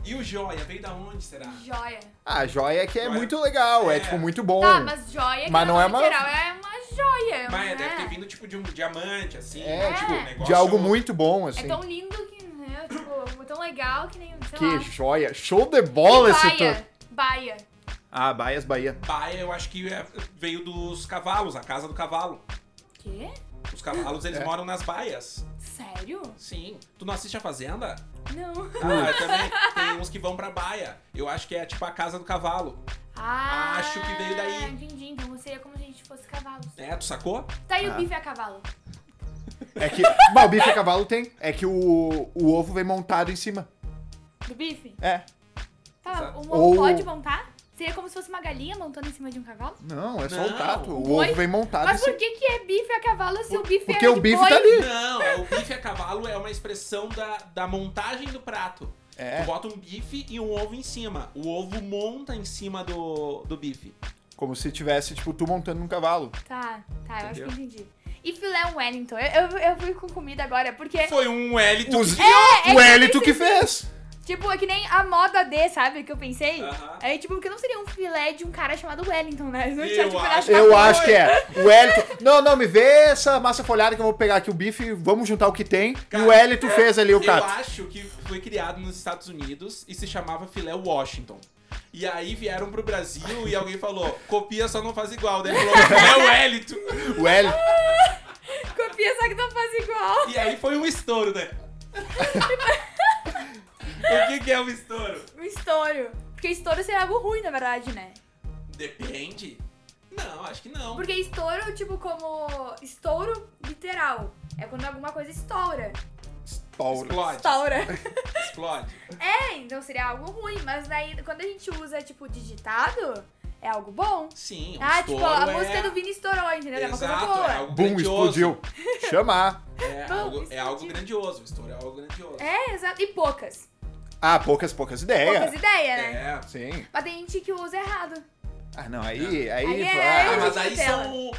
Speaker 2: E o joia veio da onde, será?
Speaker 4: Joia.
Speaker 3: Ah, joia que é
Speaker 2: Joia.
Speaker 3: muito legal, é,
Speaker 2: É.
Speaker 3: tipo muito bom.
Speaker 4: Tá, mas joia que
Speaker 3: Mas não é
Speaker 4: uma...
Speaker 3: uma-
Speaker 4: literal é uma joia.
Speaker 2: Mas
Speaker 4: né?
Speaker 2: deve ter vindo tipo de um diamante, assim.
Speaker 3: É,
Speaker 2: né?
Speaker 4: tipo,
Speaker 2: um negócio-
Speaker 3: De algo muito bom, assim.
Speaker 4: É tão lindo que, né, tipo, tão legal que nem, sei
Speaker 3: Que
Speaker 4: lá.
Speaker 3: joia. Show de bola esse
Speaker 4: Baia.
Speaker 3: tu.
Speaker 4: Baia.
Speaker 3: Ah, Baias Bahia.
Speaker 2: Baia, eu acho que é- veio dos cavalos, a casa do cavalo.
Speaker 4: Quê?
Speaker 2: Os cavalos,
Speaker 3: É.
Speaker 2: eles moram nas baias.
Speaker 4: Sério?
Speaker 2: Sim. Tu não assiste a Fazenda?
Speaker 4: Não.
Speaker 2: Ah, eu também. Tem uns que vão pra baia. Eu acho que é tipo a casa do cavalo.
Speaker 4: Ah,
Speaker 2: *laughs* Acho que veio daí.
Speaker 4: Entendi, então você é como se a gente fosse cavalos.
Speaker 2: É, tu sacou?
Speaker 4: Tá aí o
Speaker 3: Ah.
Speaker 4: bife a cavalo.
Speaker 3: É que. Bah, o bife a cavalo tem. É que o, o ovo vem montado em cima.
Speaker 4: Do bife?
Speaker 3: É.
Speaker 4: Tá,
Speaker 2: Exato.
Speaker 4: o ovo
Speaker 3: Ou-
Speaker 4: pode montar? Seria como se fosse uma galinha montando em cima de um cavalo?
Speaker 3: Não, é só
Speaker 2: Não.
Speaker 3: o tato. O
Speaker 4: Boi?
Speaker 3: ovo vem montado
Speaker 4: Mas
Speaker 3: em cima.
Speaker 4: por que, que é bife a cavalo se o bife
Speaker 3: porque
Speaker 4: é
Speaker 3: Ah, o
Speaker 4: de
Speaker 3: bife
Speaker 4: boi?
Speaker 3: tá ali.
Speaker 2: Não, é o bife a cavalo é uma expressão da, da montagem do prato.
Speaker 3: É.
Speaker 2: Tu bota um bife e um ovo em cima. O ovo monta em cima do, do bife.
Speaker 3: Como se tivesse, tipo, tu montando um cavalo.
Speaker 4: Tá, tá, eu acho que
Speaker 2: Entendeu?
Speaker 4: eu entendi. E filé é um Wellington? Eu, eu, eu fui com comida agora, porque,
Speaker 2: Foi um L tu...
Speaker 3: Os...
Speaker 4: é
Speaker 3: o
Speaker 4: que
Speaker 3: Hélito
Speaker 4: esse-
Speaker 3: que fez.
Speaker 4: tipo, é que nem a moda D, sabe? Que eu pensei.
Speaker 2: Aham.
Speaker 4: Aí, tipo, porque não seria um filé de um cara chamado Wellington, né? Não
Speaker 2: Eu
Speaker 4: tinha, tipo,
Speaker 2: acho-
Speaker 4: ele
Speaker 3: Eu
Speaker 4: achava-
Speaker 3: acho que é. O Hélito. Não, não, me vê essa massa folhada que eu vou pegar aqui o bife, vamos juntar o que tem.
Speaker 2: Cara,
Speaker 3: e o Hélito fez ali o
Speaker 2: Eu
Speaker 3: tato.
Speaker 2: acho que foi criado nos Estados Unidos e se chamava filé Washington. E aí vieram pro Brasil e alguém falou: copia, só não faz igual. Daí falou: é o Hélito.
Speaker 3: O Hélito.
Speaker 4: Copia, só que não faz igual.
Speaker 2: E aí foi um estouro, né? o que, que é um estouro?
Speaker 4: O estouro. Porque estouro seria algo ruim, na verdade, né?
Speaker 2: Depende. Não, acho que não.
Speaker 4: Porque estouro, tipo, como. Estouro literal. É quando alguma coisa estoura.
Speaker 3: Paula.
Speaker 2: Explode,
Speaker 4: Estoura. *laughs*
Speaker 2: explode.
Speaker 4: é, então seria algo ruim. Mas daí, quando a gente usa, tipo, digitado, é algo bom.
Speaker 2: Sim, um
Speaker 4: Ah,
Speaker 2: estouro
Speaker 4: tipo, a
Speaker 2: é...
Speaker 4: música do Vini estourou, entendeu? é uma
Speaker 2: Exato,
Speaker 4: coisa boa.
Speaker 2: é algo
Speaker 3: Bum,
Speaker 2: grandioso.
Speaker 3: explodiu. Chamar.
Speaker 2: É, algo,
Speaker 4: Bum,
Speaker 2: é
Speaker 4: explodiu.
Speaker 2: algo grandioso, o estouro é algo grandioso.
Speaker 4: É, exato. E poucas.
Speaker 3: Ah, poucas, poucas ideias.
Speaker 4: Poucas ideias, né?
Speaker 2: É.
Speaker 3: Sim.
Speaker 4: Mas tem gente que usa errado.
Speaker 3: Ah, não, aí. Aí.
Speaker 4: Aí é-
Speaker 2: Ah,
Speaker 3: ah,
Speaker 2: mas aí
Speaker 4: Existe dela.
Speaker 2: são o-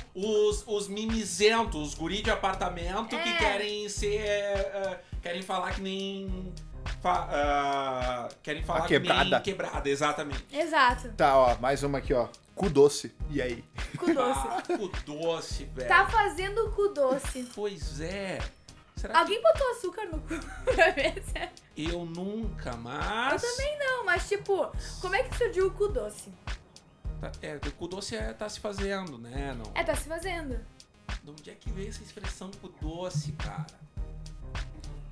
Speaker 2: os, os mimizentos, os guri de apartamento
Speaker 4: É.
Speaker 2: que querem ser. eh, querem falar que nem. fa- ah, querem falar
Speaker 3: A
Speaker 2: que nem
Speaker 3: quebrada.
Speaker 2: quebrada, exatamente.
Speaker 4: Exato.
Speaker 3: Tá, ó, mais uma aqui, ó. Cu doce. E aí?
Speaker 4: Cu doce.
Speaker 2: *laughs* Ah, o
Speaker 4: *laughs*
Speaker 2: doce, velho.
Speaker 4: Tá fazendo cu doce.
Speaker 2: Pois é. Será
Speaker 4: Alguém botou açúcar no cu *laughs* pra ver se é.
Speaker 2: que eu nunca mais.
Speaker 4: Eu também não, mas tipo, como é que surgiu o cu doce?
Speaker 2: Tá- é, o doce é, tá se fazendo, né? Não.
Speaker 4: É, tá se fazendo.
Speaker 2: De onde é que veio essa expressão pro doce, cara?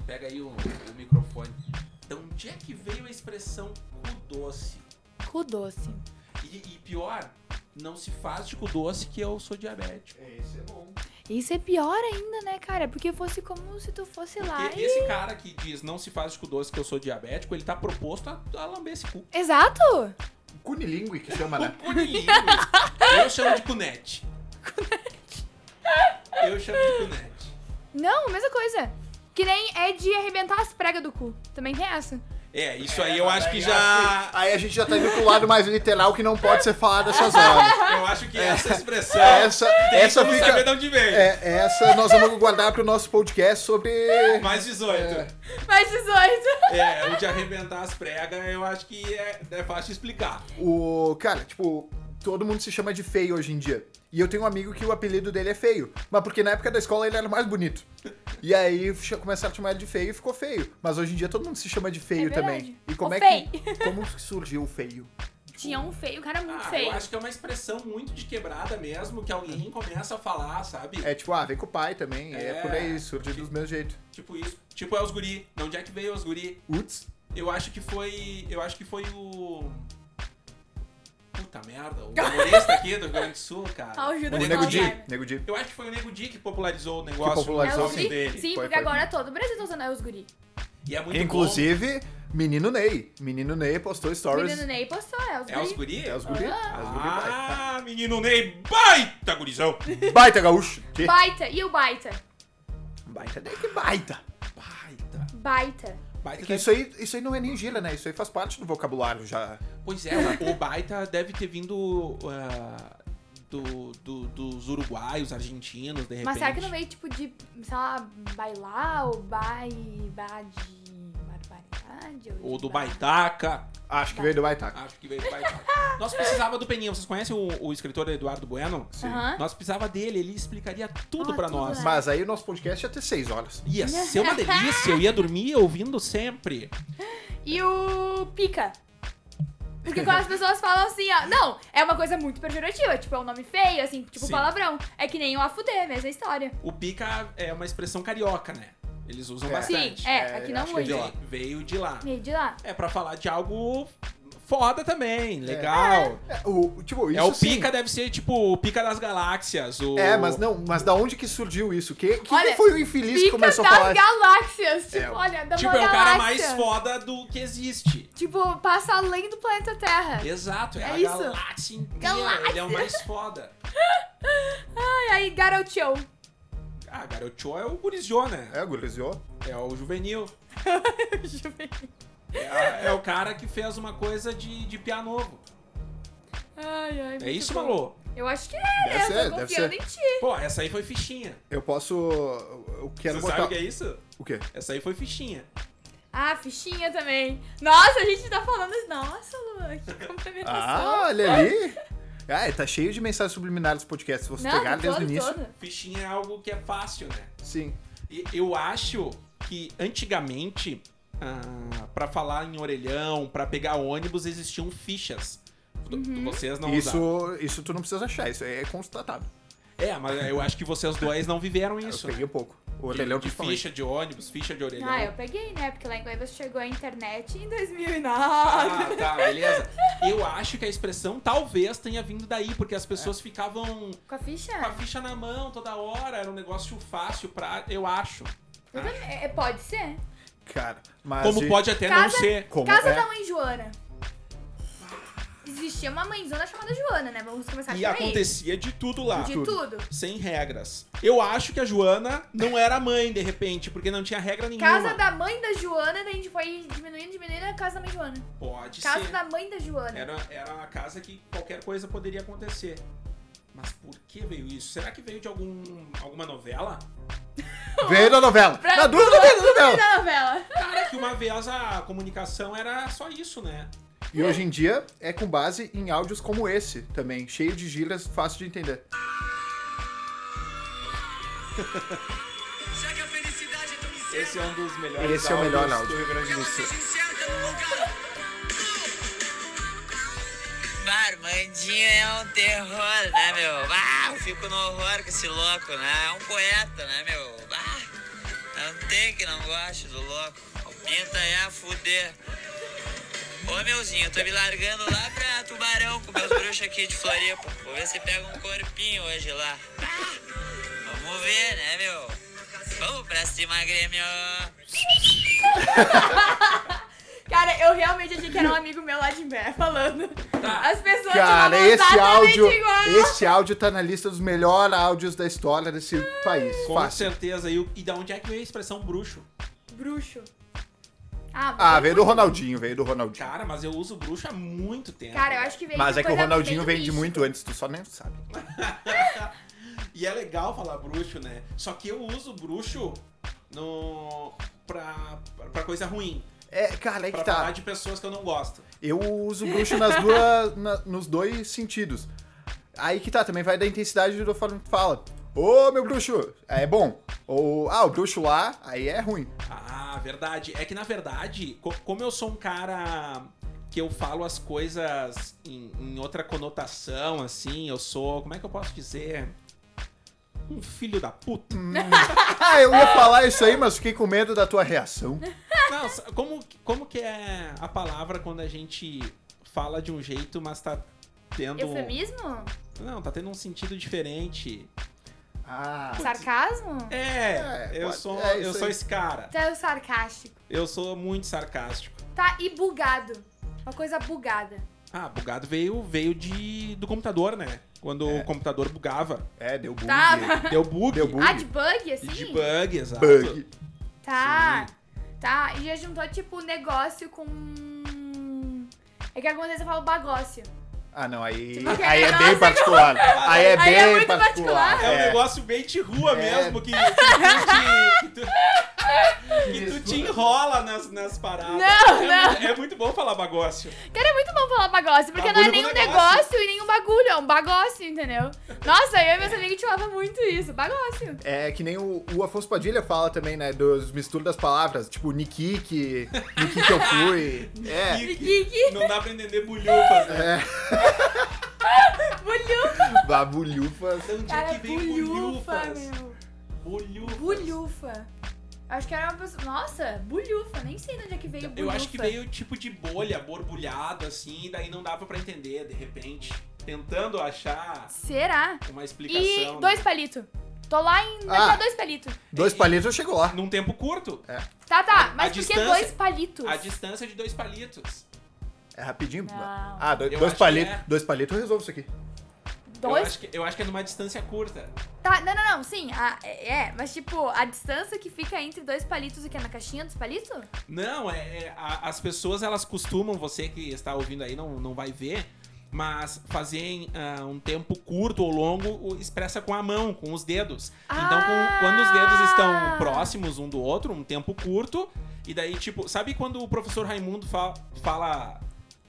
Speaker 2: Pega aí o, o microfone. De onde é que veio a expressão pro doce?
Speaker 4: Cu doce.
Speaker 2: E, e pior, não se faz de cu doce que eu sou diabético.
Speaker 3: Esse é bom.
Speaker 4: Isso é pior ainda, né, cara? Porque fosse como se tu fosse lá
Speaker 2: Porque esse cara que diz não se faz de cu doce que eu sou diabético, ele tá proposto a, a lamber esse cu.
Speaker 4: e... Exato!
Speaker 3: Cunilingue que chama, né?
Speaker 2: Cunilingue. Eu chamo de cunete. Cunete. Eu chamo de cunete.
Speaker 4: Não, mesma coisa. Que nem é de arrebentar as pregas do cu. Também tem essa.
Speaker 2: É, isso aí eu acho que já.
Speaker 3: Aí a gente já tá indo pro lado mais literal que não pode ser falado essas
Speaker 2: *laughs*
Speaker 3: horas.
Speaker 2: Eu acho que essa expressão.
Speaker 3: É. Essa,
Speaker 2: tem
Speaker 3: essa
Speaker 2: como saber
Speaker 3: fica.
Speaker 2: de onde veio.
Speaker 3: É, essa nós vamos guardar pro nosso podcast sobre.
Speaker 2: Mais 18.
Speaker 4: Mais 18.
Speaker 2: É, o de arrebentar as pregas, eu acho que é, é fácil de explicar.
Speaker 3: O. Cara, tipo, todo mundo se chama de feio hoje em dia. E eu tenho um amigo que o apelido dele é feio. Mas porque na época da escola ele era mais bonito. E aí ch- começaram a chamar ele de feio e ficou feio. Mas hoje em dia todo mundo se chama de feio
Speaker 4: verdade.
Speaker 3: também. E como
Speaker 4: O
Speaker 3: é
Speaker 4: *laughs*
Speaker 3: que. Como que surgiu o feio?
Speaker 4: Tinha um feio, o cara é muito
Speaker 2: Ah,
Speaker 4: feio.
Speaker 2: eu acho que é uma expressão muito de quebrada mesmo, que alguém começa a falar, sabe?
Speaker 3: É tipo, ah, vem com o pai também. É,
Speaker 2: É.
Speaker 3: por aí, surgiu dos meus jeitos.
Speaker 2: Tipo isso. Tipo é os guri. De onde é que veio os guri?
Speaker 3: Uts.
Speaker 2: Eu acho que foi. Eu acho que foi o. Puta merda, o humorista aqui do Rio Grande do Sul, cara.
Speaker 4: Ah, o Júlio
Speaker 3: O
Speaker 4: Não,
Speaker 3: Nego
Speaker 4: não,
Speaker 3: Di.
Speaker 4: cara.
Speaker 3: Nego Di.
Speaker 2: Eu acho que foi o Nego Di que popularizou o negócio.
Speaker 3: popularizou,
Speaker 2: o
Speaker 4: É
Speaker 2: nome
Speaker 4: os guri?
Speaker 2: dele.
Speaker 4: Sim,
Speaker 3: Foi,
Speaker 4: porque
Speaker 3: foi.
Speaker 4: agora todo o Brasil tá usando é os guri.
Speaker 2: E é muito bom.
Speaker 3: Inclusive, Menino Ney. Menino Ney postou stories.
Speaker 4: Menino Ney postou, é os
Speaker 2: É os
Speaker 4: guri.
Speaker 2: guri?
Speaker 3: É os guri? É os guri baita.
Speaker 2: Ah, menino Ney, baita gurizão.
Speaker 3: Baita gaúcho. Que?
Speaker 4: Baita. E o Baita?
Speaker 3: Baita Ney, que baita.
Speaker 2: Baita.
Speaker 4: Baita.
Speaker 3: É
Speaker 2: Baita
Speaker 3: que
Speaker 2: deve-
Speaker 3: isso aí, isso aí não é nem gíria, né? Isso aí faz parte do vocabulário já.
Speaker 2: Pois é, o baita deve ter vindo ah, do, do- dos uruguaios, argentinos, de repente.
Speaker 4: Mas será que não veio tipo de, sei lá, bailar ou bai... ba- de Barbaridade?
Speaker 2: Ou
Speaker 4: de
Speaker 2: do
Speaker 4: ba-
Speaker 2: baitaca.
Speaker 3: Acho que veio do Baitaca.
Speaker 2: Acho que veio do
Speaker 4: *laughs*
Speaker 2: baitaca. Nós precisava do Peninha. Vocês conhecem o, o escritor Eduardo Bueno?
Speaker 3: Sim.
Speaker 4: Aham.
Speaker 2: Nós precisava dele, ele explicaria tudo
Speaker 4: Ah,
Speaker 2: pra
Speaker 4: tudo,
Speaker 2: nós.
Speaker 4: né?
Speaker 3: Mas aí o nosso podcast ia ter seis horas.
Speaker 2: Ia ser uma delícia, eu ia dormir ouvindo sempre.
Speaker 4: E o Pica? Porque quando as pessoas falam assim, ó... Não, é uma coisa muito pejorativa. Tipo, é um nome feio, assim, tipo
Speaker 2: Sim.
Speaker 4: palavrão. É que nem o Afudê, mesma história.
Speaker 2: O pica é uma expressão carioca, né? Eles usam
Speaker 3: É.
Speaker 2: bastante.
Speaker 4: Sim, é,
Speaker 3: É,
Speaker 4: aqui
Speaker 3: eu
Speaker 4: não
Speaker 3: acho que é
Speaker 4: muito.
Speaker 3: de
Speaker 2: Veio, veio de lá.
Speaker 4: Meio de lá.
Speaker 2: É pra falar de algo foda também, legal.
Speaker 3: É, o, tipo,
Speaker 2: É,
Speaker 3: isso
Speaker 2: o
Speaker 3: sim.
Speaker 2: pica deve ser tipo o pica das galáxias. O...
Speaker 3: É, mas não, mas da onde que surgiu isso? Que, que,
Speaker 4: Olha,
Speaker 3: que foi o infeliz que
Speaker 4: Pica das
Speaker 3: começou a falar?
Speaker 4: galáxias. Tipo,
Speaker 3: É, o-
Speaker 4: olha, da
Speaker 2: Tipo,
Speaker 4: uma
Speaker 2: é o cara
Speaker 4: galáxia.
Speaker 2: mais foda do que existe.
Speaker 4: Tipo, passa além do planeta Terra.
Speaker 2: Exato, é,
Speaker 4: É
Speaker 2: a
Speaker 4: isso.
Speaker 2: galáxia inteira.
Speaker 4: Galáxia.
Speaker 2: Ele é o mais foda.
Speaker 4: Ai, aí,
Speaker 2: *laughs*
Speaker 4: Garoteou.
Speaker 2: Ah, garoto é o gurizô, né?
Speaker 3: É, gurizou.
Speaker 2: É o juvenil. É, a- é o cara que fez uma coisa de, de piá novo.
Speaker 4: ai, ai, muito
Speaker 2: É isso,
Speaker 4: bom.
Speaker 2: Malu?
Speaker 4: Eu acho que é,
Speaker 3: Deve
Speaker 4: né?
Speaker 3: ser,
Speaker 4: eu tô
Speaker 3: deve
Speaker 4: confiando
Speaker 3: ser.
Speaker 4: em ti.
Speaker 2: Pô, essa aí foi fichinha.
Speaker 3: Eu posso. Eu quero
Speaker 2: Você
Speaker 3: botar.
Speaker 2: sabe o que é isso?
Speaker 3: O quê?
Speaker 2: Essa aí foi fichinha.
Speaker 4: Ah, fichinha também. Nossa, a gente tá falando isso. Nossa, Luan, que complementação.
Speaker 3: Ah, olha ali. Ah, tá cheio de mensagens subliminares do podcast. Se você
Speaker 4: não,
Speaker 3: pegar
Speaker 4: todo,
Speaker 3: desde o início.
Speaker 4: todo.
Speaker 2: Fichinha é algo que é fácil, né?
Speaker 3: Sim.
Speaker 2: E Eu acho que antigamente, ah, pra falar em orelhão, pra pegar ônibus, existiam fichas. Do-
Speaker 4: Uhum.
Speaker 2: Vocês não usavam.
Speaker 3: isso, isso tu não precisa achar, isso é constatado.
Speaker 2: É, mas eu acho que vocês dois não viveram isso.
Speaker 3: eu peguei um pouco. O orelhão
Speaker 2: de, de
Speaker 3: principalmente.
Speaker 2: ficha de ônibus, ficha de orelhão.
Speaker 4: Ah, eu peguei, né? Porque lá em Goiás chegou a internet em 2009.
Speaker 2: Ah, tá, beleza. Eu acho que a expressão talvez tenha vindo daí, porque as pessoas
Speaker 3: É.
Speaker 2: ficavam
Speaker 4: Com a ficha?
Speaker 2: com a ficha na mão toda hora, era um negócio fácil pra. Eu acho.
Speaker 4: Eu também- é, pode ser.
Speaker 3: Cara, mas.
Speaker 2: Como
Speaker 3: e-
Speaker 2: pode até não
Speaker 4: Casa-
Speaker 2: ser.
Speaker 3: Como
Speaker 4: Casa
Speaker 3: é?
Speaker 4: da mãe Joana. Existia uma mãezona chamada Joana, né? Vamos começar
Speaker 2: E
Speaker 4: por aí.
Speaker 2: acontecia de tudo lá.
Speaker 4: De
Speaker 3: tudo.
Speaker 4: tudo.
Speaker 2: sem regras. Eu acho que a Joana não era mãe, de repente, porque não tinha regra nenhuma.
Speaker 4: Casa da mãe da Joana, daí a gente foi diminuindo, diminuindo, a casa da mãe Joana.
Speaker 2: Pode
Speaker 4: Casa
Speaker 2: ser.
Speaker 4: da mãe da Joana.
Speaker 2: Era, era uma casa que qualquer coisa poderia acontecer. Mas por que veio isso? Será que veio de algum, alguma novela?
Speaker 3: Veio da novela.
Speaker 4: Pra-
Speaker 3: Na dúvida, veio da novela.
Speaker 4: *laughs* Da novela.
Speaker 2: Cara, que uma vez a comunicação era só isso, né?
Speaker 3: E hoje em dia é com base em áudios como esse também, cheio de gírias, fácil de entender.
Speaker 1: Já que a felicidade é tão incerta,
Speaker 2: Esse é um dos melhores
Speaker 3: Esse é o melhor
Speaker 2: áudios
Speaker 3: áudio.
Speaker 2: do Rio Grande do
Speaker 1: ela
Speaker 2: Sul.
Speaker 1: seja incerta no lugar.
Speaker 5: Barbandinho é um terror, né, meu? Ah, eu fico no horror com esse louco, né? É um poeta, né, meu? Ah, não tem que não goste do louco. O Pinta é a fuder. Ô, meuzinho, eu tô me largando lá pra Tubarão com meus bruxos aqui de Floripa. Vou ver se pega um corpinho hoje lá. Ah, vamos ver, né, meu? Vamos pra cima, Grêmio!
Speaker 4: Cara, eu realmente achei que era um amigo meu lá de Bé falando.
Speaker 2: Tá.
Speaker 4: As pessoas
Speaker 3: Cara,
Speaker 4: falam
Speaker 3: esse
Speaker 4: exatamente
Speaker 3: áudio,
Speaker 4: igual.
Speaker 3: esse áudio tá na lista dos melhores áudios da história desse país.
Speaker 2: Com
Speaker 3: Fácil.
Speaker 2: certeza. E, o- e da onde é que veio a expressão bruxo?
Speaker 4: Bruxo. Ah,
Speaker 3: Ah,
Speaker 4: veio
Speaker 3: veio do Ronaldinho, veio do Ronaldinho.
Speaker 2: Cara, mas eu uso bruxo há muito tempo.
Speaker 4: Cara, eu acho que veio
Speaker 3: Mas
Speaker 4: de
Speaker 3: é que o
Speaker 4: coisa
Speaker 3: Ronaldinho vem
Speaker 4: bem
Speaker 3: de
Speaker 4: mística.
Speaker 3: muito antes, tu só nem sabe.
Speaker 2: E é legal falar bruxo, né? Só que eu uso bruxo no... pra... pra coisa ruim.
Speaker 3: É, cara, é
Speaker 2: pra
Speaker 3: que
Speaker 2: falar
Speaker 3: tá.
Speaker 2: de pessoas que eu não gosto.
Speaker 3: Eu uso bruxo nas duas, na- nos dois sentidos. Aí que tá, também vai da intensidade do forma que tu fala. Ô, meu bruxo, é bom. Ou, ah, o bruxo lá, aí é ruim.
Speaker 2: Ah, verdade. É que na verdade, co- como eu sou um cara que eu falo as coisas em, em outra conotação, assim, eu sou. Como é que eu posso dizer? Um filho da puta.
Speaker 3: Ah, eu ia falar isso aí, mas fiquei com medo da tua reação.
Speaker 2: Não, sa- como, como que é a palavra quando a gente fala de um jeito, mas tá tendo.
Speaker 4: Eufemismo?
Speaker 2: Não, tá tendo um sentido diferente.
Speaker 3: Ah,
Speaker 4: Sarcasmo?
Speaker 2: É,
Speaker 3: É,
Speaker 2: eu
Speaker 3: pode-
Speaker 2: sou,
Speaker 3: é
Speaker 2: eu
Speaker 3: isso
Speaker 2: sou
Speaker 3: aí.
Speaker 2: esse cara.
Speaker 4: Até o sarcástico.
Speaker 2: Eu sou muito sarcástico.
Speaker 4: Tá, e bugado. Uma coisa bugada.
Speaker 2: Ah, bugado veio, veio de, do computador, né? Quando o computador bugava.
Speaker 3: É, deu bug.
Speaker 4: Tá.
Speaker 2: Deu bug.
Speaker 3: Deu bug.
Speaker 4: Ah, de bug, assim?
Speaker 2: De bug, exato.
Speaker 3: Bug.
Speaker 4: Tá. Tá, e já juntou, tipo, negócio com... É que algumas vezes eu falo bagócio.
Speaker 3: Ah, não, aí.
Speaker 4: Tipo, que
Speaker 3: Aí é
Speaker 4: negócio
Speaker 3: bem particular. Aí é
Speaker 4: Aí
Speaker 3: bem
Speaker 4: é muito
Speaker 3: particular.
Speaker 4: particular.
Speaker 2: É um negócio bem de rua
Speaker 3: É.
Speaker 2: mesmo, que, que tu, te, que tu- que tu te enrola nas, nas paradas.
Speaker 4: Não,
Speaker 2: é,
Speaker 4: não.
Speaker 2: Muito, é muito bom falar bagócio.
Speaker 4: Cara, é muito bom falar bagócio, porque não é
Speaker 2: Bagulho
Speaker 4: nenhum
Speaker 2: com
Speaker 4: negócio.
Speaker 2: negócio.
Speaker 4: e nenhum bagulho, é um bagócio, entendeu? Nossa, eu e meus amigos tirava muito isso, bagócio.
Speaker 3: É que nem o, o Afonso Padilha fala também, né? Dos misturos das palavras, tipo Nikiki, Nikiki eu fui. É,
Speaker 2: E-
Speaker 4: Que, que
Speaker 2: Não dá pra entender bulhufas, né?
Speaker 4: bulhufa,
Speaker 3: babulhufas.
Speaker 2: Então, onde
Speaker 4: cara,
Speaker 2: é que vem
Speaker 4: bulhufa,
Speaker 2: bulhufas?
Speaker 4: meu.
Speaker 2: Bulhufas.
Speaker 4: Bulhufa. Acho que era uma pessoa... Nossa, bulhufa, nem sei de onde é que veio bulhufa.
Speaker 2: Eu acho que veio tipo de bolha, borbulhado, assim, daí não dava pra entender, de repente. Tentando achar
Speaker 4: Será?
Speaker 2: uma explicação.
Speaker 4: E
Speaker 2: né?
Speaker 4: dois palitos. Tô lá em...
Speaker 3: Ah.
Speaker 4: Ah. dois palitos.
Speaker 3: Dois palitos eu chego lá.
Speaker 2: Num tempo curto,
Speaker 4: Tá, tá,
Speaker 2: A- a
Speaker 4: mas por que
Speaker 2: distância-
Speaker 4: dois palitos?
Speaker 2: a distância de dois palitos.
Speaker 3: É rapidinho?
Speaker 4: Não.
Speaker 3: Ah, dois,
Speaker 2: Eu
Speaker 3: dois
Speaker 2: acho
Speaker 3: palitos.
Speaker 2: que é.
Speaker 3: Dois palitos eu resolvo isso aqui.
Speaker 2: Eu
Speaker 4: Dois
Speaker 2: acho, que, eu acho que é numa distância curta.
Speaker 4: Tá, não, não, não, sim, a- é, é, mas tipo, a distância que fica entre dois palitos, o que é na caixinha dos palitos?
Speaker 2: Não, é, é, a- as pessoas elas costumam, você que está ouvindo aí não, não vai ver, mas fazer em, ah, um tempo curto ou longo o- expressa com a mão, com os dedos. Então, com- quando os dedos estão
Speaker 4: Ah!
Speaker 2: próximos um do outro, um tempo curto, e daí, tipo, sabe quando o professor Raimundo fa- fala.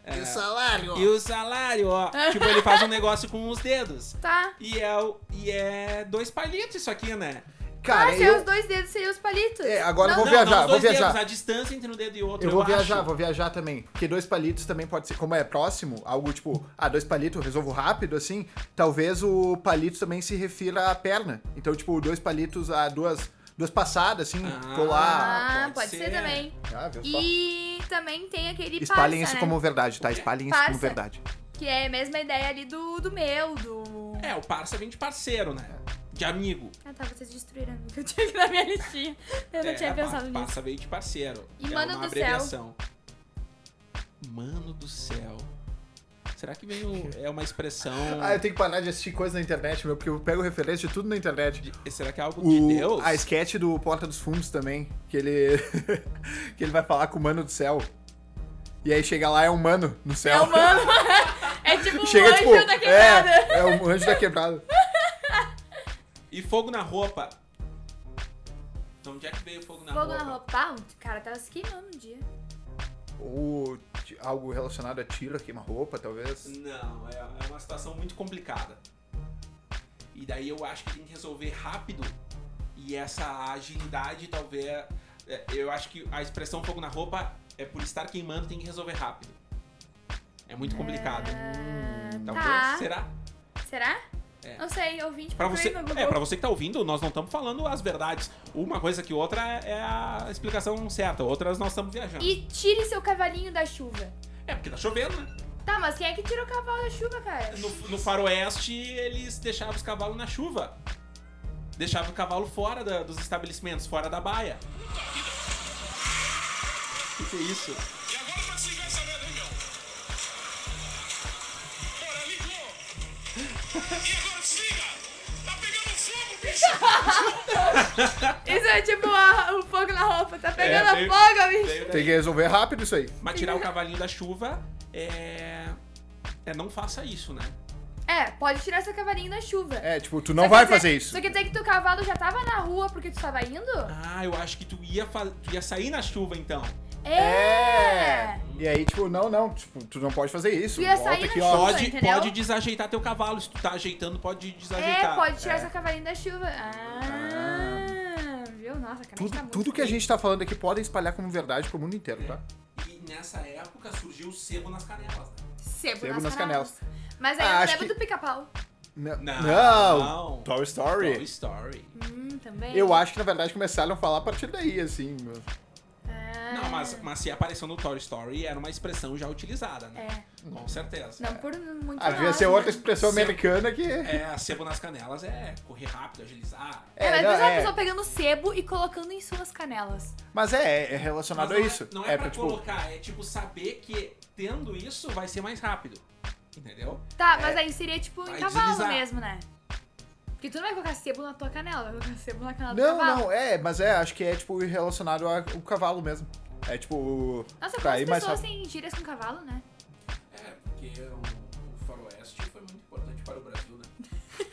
Speaker 2: é,
Speaker 3: salário?
Speaker 2: e o salário, ó. tipo, ele faz um negócio com os dedos.
Speaker 4: Tá.
Speaker 2: E é, o- e é dois palitos isso aqui, né?
Speaker 3: Cara,
Speaker 4: ah, se é os
Speaker 3: eu.
Speaker 4: dois dedos seriam os palitos.
Speaker 3: É, agora eu
Speaker 4: Não,
Speaker 3: vou viajar,
Speaker 2: os dois
Speaker 3: vou viajar.
Speaker 2: dedos, a distância entre um dedo e outro.
Speaker 3: Eu vou
Speaker 2: acho.
Speaker 3: viajar, vou viajar também. Porque dois palitos também pode ser, como é próximo, algo tipo, ah, dois palitos eu resolvo rápido, assim, talvez o palito também se refira à perna. Então, tipo, dois palitos a duas, duas passadas, assim,
Speaker 2: Ah.
Speaker 3: tô lá.
Speaker 4: Ah,
Speaker 2: pode
Speaker 4: pode, ser.
Speaker 2: ser.
Speaker 4: também.
Speaker 3: Ah, viu só?
Speaker 4: E também tem aquele
Speaker 3: Espalhem
Speaker 4: parça,
Speaker 3: isso
Speaker 4: né?
Speaker 3: como verdade, tá? Espalhem isso como
Speaker 4: Parça.
Speaker 3: verdade.
Speaker 4: Que é a mesma ideia ali do, do meu, do...
Speaker 2: É, o parça vem de parceiro, né? De amigo.
Speaker 4: Ah tá, vocês destruíram o que eu tinha aqui na minha listinha. Eu não
Speaker 2: É,
Speaker 4: tinha
Speaker 2: pa-
Speaker 4: pensado nisso.
Speaker 2: Parça veio de parceiro.
Speaker 4: E
Speaker 2: é
Speaker 4: mano
Speaker 2: uma
Speaker 4: do céu?
Speaker 2: abreviação. Mano do céu. Será que veio. É
Speaker 3: *laughs*
Speaker 2: uma expressão.
Speaker 3: Ah, eu tenho que parar de assistir coisa na internet, meu, porque eu pego referência de tudo na internet.
Speaker 2: de- será que é algo
Speaker 3: O-
Speaker 2: de Deus?
Speaker 3: a sketch do Porta dos Fundos também, que ele. *laughs* que ele vai falar com o mano do céu. E aí chega lá, é um mano no céu.
Speaker 4: É
Speaker 3: *laughs*
Speaker 4: o mano. *laughs* é tipo um
Speaker 3: Chega,
Speaker 4: anjo
Speaker 3: tipo,
Speaker 4: da quebrada.
Speaker 3: é, é o anjo da quebrada.
Speaker 2: E fogo na roupa. Então, onde é que veio fogo na
Speaker 4: Fogo
Speaker 2: roupa?
Speaker 4: na roupa. Ah, o cara tava se queimando um dia.
Speaker 3: Ou ti- algo relacionado a tiro, queima-roupa, talvez.
Speaker 2: Não, é, é uma situação muito complicada. E daí eu acho que tem que resolver rápido. E essa agilidade, talvez. é, Eu acho que a expressão fogo na roupa é por estar queimando, tem que resolver rápido. É muito complicado. Hum, Talvez.
Speaker 4: tá.
Speaker 2: Será?
Speaker 4: Será?
Speaker 2: É.
Speaker 4: Não sei, ouvinte
Speaker 2: Pra
Speaker 4: procura
Speaker 2: você,
Speaker 4: aí no Google.
Speaker 2: é, pra você que tá ouvindo, nós não estamos falando as verdades. Uma coisa que outra é a explicação certa, outras nós estamos viajando.
Speaker 4: E tire seu cavalinho da chuva.
Speaker 2: É porque tá chovendo, né?
Speaker 4: Tá, mas quem é que tira o cavalo da chuva, cara?
Speaker 2: No, no faroeste, eles deixavam os cavalos na chuva. Deixavam o cavalo fora da- dos estabelecimentos, fora da baia. O que, que é isso?
Speaker 1: E agora pra desligar essa merda, hein, meu? Bora, ligou! E agora desliga! Tá pegando fogo, bicho!
Speaker 4: Isso é tipo a- o fogo na roupa.
Speaker 3: É,
Speaker 4: Tá pegando
Speaker 2: É, veio-
Speaker 4: fogo, bicho.
Speaker 2: Veio daí.
Speaker 3: Tem que resolver rápido isso aí.
Speaker 2: Mas tirar o cavalinho da chuva é. É, não faça isso, né?
Speaker 4: É, pode tirar seu cavalinho da chuva.
Speaker 3: É, tipo, tu não
Speaker 4: Só
Speaker 3: vai
Speaker 4: quer dizer-
Speaker 3: fazer isso.
Speaker 4: Só quer dizer que teu cavalo já tava na rua porque tu tava indo?
Speaker 2: Ah, eu acho que tu ia, fa- tu ia sair na chuva então.
Speaker 3: É.
Speaker 4: É!
Speaker 3: E aí, tipo, não, não, tipo, tu não pode fazer isso.
Speaker 4: Tu ia
Speaker 3: Volta
Speaker 4: sair na
Speaker 3: aqui,
Speaker 4: chuva.
Speaker 3: ó.
Speaker 2: Pode,
Speaker 4: entendeu?
Speaker 2: pode desajeitar teu cavalo. Se tu tá ajeitando, pode
Speaker 4: É,
Speaker 2: desajeitar.
Speaker 4: pode tirar seu cavalinho da chuva. Ah, viu? Nossa, cara. tá
Speaker 3: Tudo,
Speaker 4: muito
Speaker 3: tudo que a gente tá falando aqui podem espalhar como verdade pro mundo inteiro, tá?
Speaker 2: E nessa época surgiu o sebo nas canelas, né?
Speaker 4: Sebo,
Speaker 3: Sebo
Speaker 4: nas,
Speaker 3: nas
Speaker 4: canelas. Mas aí
Speaker 3: Ah,
Speaker 4: é o
Speaker 3: acho
Speaker 4: sebo
Speaker 3: que-
Speaker 4: do pica-pau.
Speaker 3: Não.
Speaker 2: Não.
Speaker 3: não. Toy Story.
Speaker 2: Toy Story.
Speaker 4: Hum, também.
Speaker 3: Eu acho que, na verdade, começaram a falar a partir daí, assim. meu.
Speaker 4: Ah,
Speaker 2: Não, mas Mas, mas se apareceu no Toy Story, era uma expressão já utilizada, né? Com certeza.
Speaker 4: É. Não por muito
Speaker 3: Havia
Speaker 4: nada,
Speaker 3: Ah, ser é outra
Speaker 4: né?
Speaker 3: expressão
Speaker 2: Sim.
Speaker 3: americana que. É,
Speaker 2: É, sebo nas canelas é correr rápido, agilizar.
Speaker 4: É, mas
Speaker 3: não,
Speaker 4: pensa uma
Speaker 3: é.
Speaker 4: pessoa pegando sebo e colocando em suas canelas.
Speaker 3: Mas é, é relacionado
Speaker 2: não
Speaker 3: a
Speaker 2: é-
Speaker 3: isso.
Speaker 2: não é pra
Speaker 3: tipo,
Speaker 2: colocar, é tipo saber que tendo isso vai ser mais rápido. Entendeu?
Speaker 3: É.
Speaker 4: Tá, mas aí seria tipo em
Speaker 2: Vai
Speaker 4: cavalo
Speaker 2: deslizar.
Speaker 4: mesmo, né? Porque tu não vai colocar sebo na tua canela, vai colocar sebo na canela do
Speaker 3: Não,
Speaker 4: cavalo.
Speaker 3: não, é, mas é, acho que é tipo relacionado ao ao cavalo mesmo. É tipo.
Speaker 4: Nossa,
Speaker 3: tá
Speaker 4: quantas
Speaker 3: aí mais
Speaker 4: pessoas
Speaker 3: rápido.
Speaker 4: têm gírias com cavalo, né?
Speaker 2: É, porque o, o faroeste foi muito importante para o Brasil, né?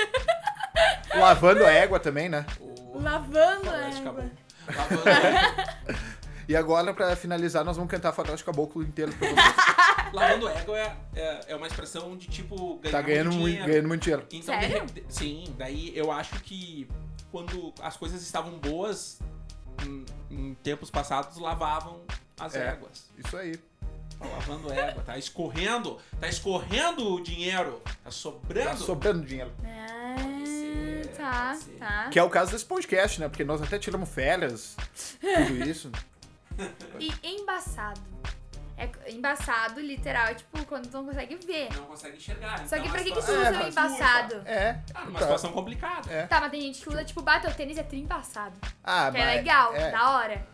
Speaker 3: Lavando a égua também, né?
Speaker 2: O
Speaker 4: Lavando a
Speaker 2: faroeste acabou.
Speaker 4: égua.
Speaker 2: Lavando *laughs* égua,
Speaker 3: E agora, pra finalizar, nós vamos cantar Faroeste Caboclo inteiro pra
Speaker 2: *laughs*
Speaker 3: vocês.
Speaker 2: lavando égua é, é, é uma expressão de tipo ganhar
Speaker 3: tá ganhando
Speaker 2: muito
Speaker 3: muito,
Speaker 2: dinheiro.
Speaker 3: ganhando muito dinheiro.
Speaker 2: Então, de
Speaker 4: Sério?
Speaker 2: repente- sim, daí eu acho que quando as coisas estavam boas, em, em tempos passados, lavavam as
Speaker 3: É.
Speaker 2: éguas.
Speaker 3: Isso aí.
Speaker 2: Tá lavando égua, tá escorrendo, tá escorrendo o dinheiro, tá
Speaker 3: Tá
Speaker 2: sobrando.
Speaker 3: sobrando dinheiro.
Speaker 2: Pode ser,
Speaker 4: Ah, É, tá,
Speaker 2: pode ser.
Speaker 4: tá.
Speaker 3: Que é o caso desse podcast, né? Porque nós até tiramos férias, tudo
Speaker 4: *laughs*
Speaker 3: isso.
Speaker 4: E embaçado. É embaçado, literal, é tipo quando tu não consegue ver.
Speaker 2: Não consegue enxergar.
Speaker 4: Só
Speaker 2: então
Speaker 4: que
Speaker 2: é
Speaker 4: pra que que
Speaker 2: uma
Speaker 4: tu
Speaker 2: situação-
Speaker 3: É,
Speaker 4: usa o
Speaker 3: mas-
Speaker 4: embaçado?
Speaker 3: É.
Speaker 2: Ah, numa
Speaker 3: tá.
Speaker 2: situação complicada.
Speaker 3: É.
Speaker 4: Tá, mas tem gente que usa, tipo, bate o tênis é tri embaçado.
Speaker 3: Ah,
Speaker 4: Que
Speaker 3: mas
Speaker 4: é legal,
Speaker 3: é.
Speaker 4: da hora.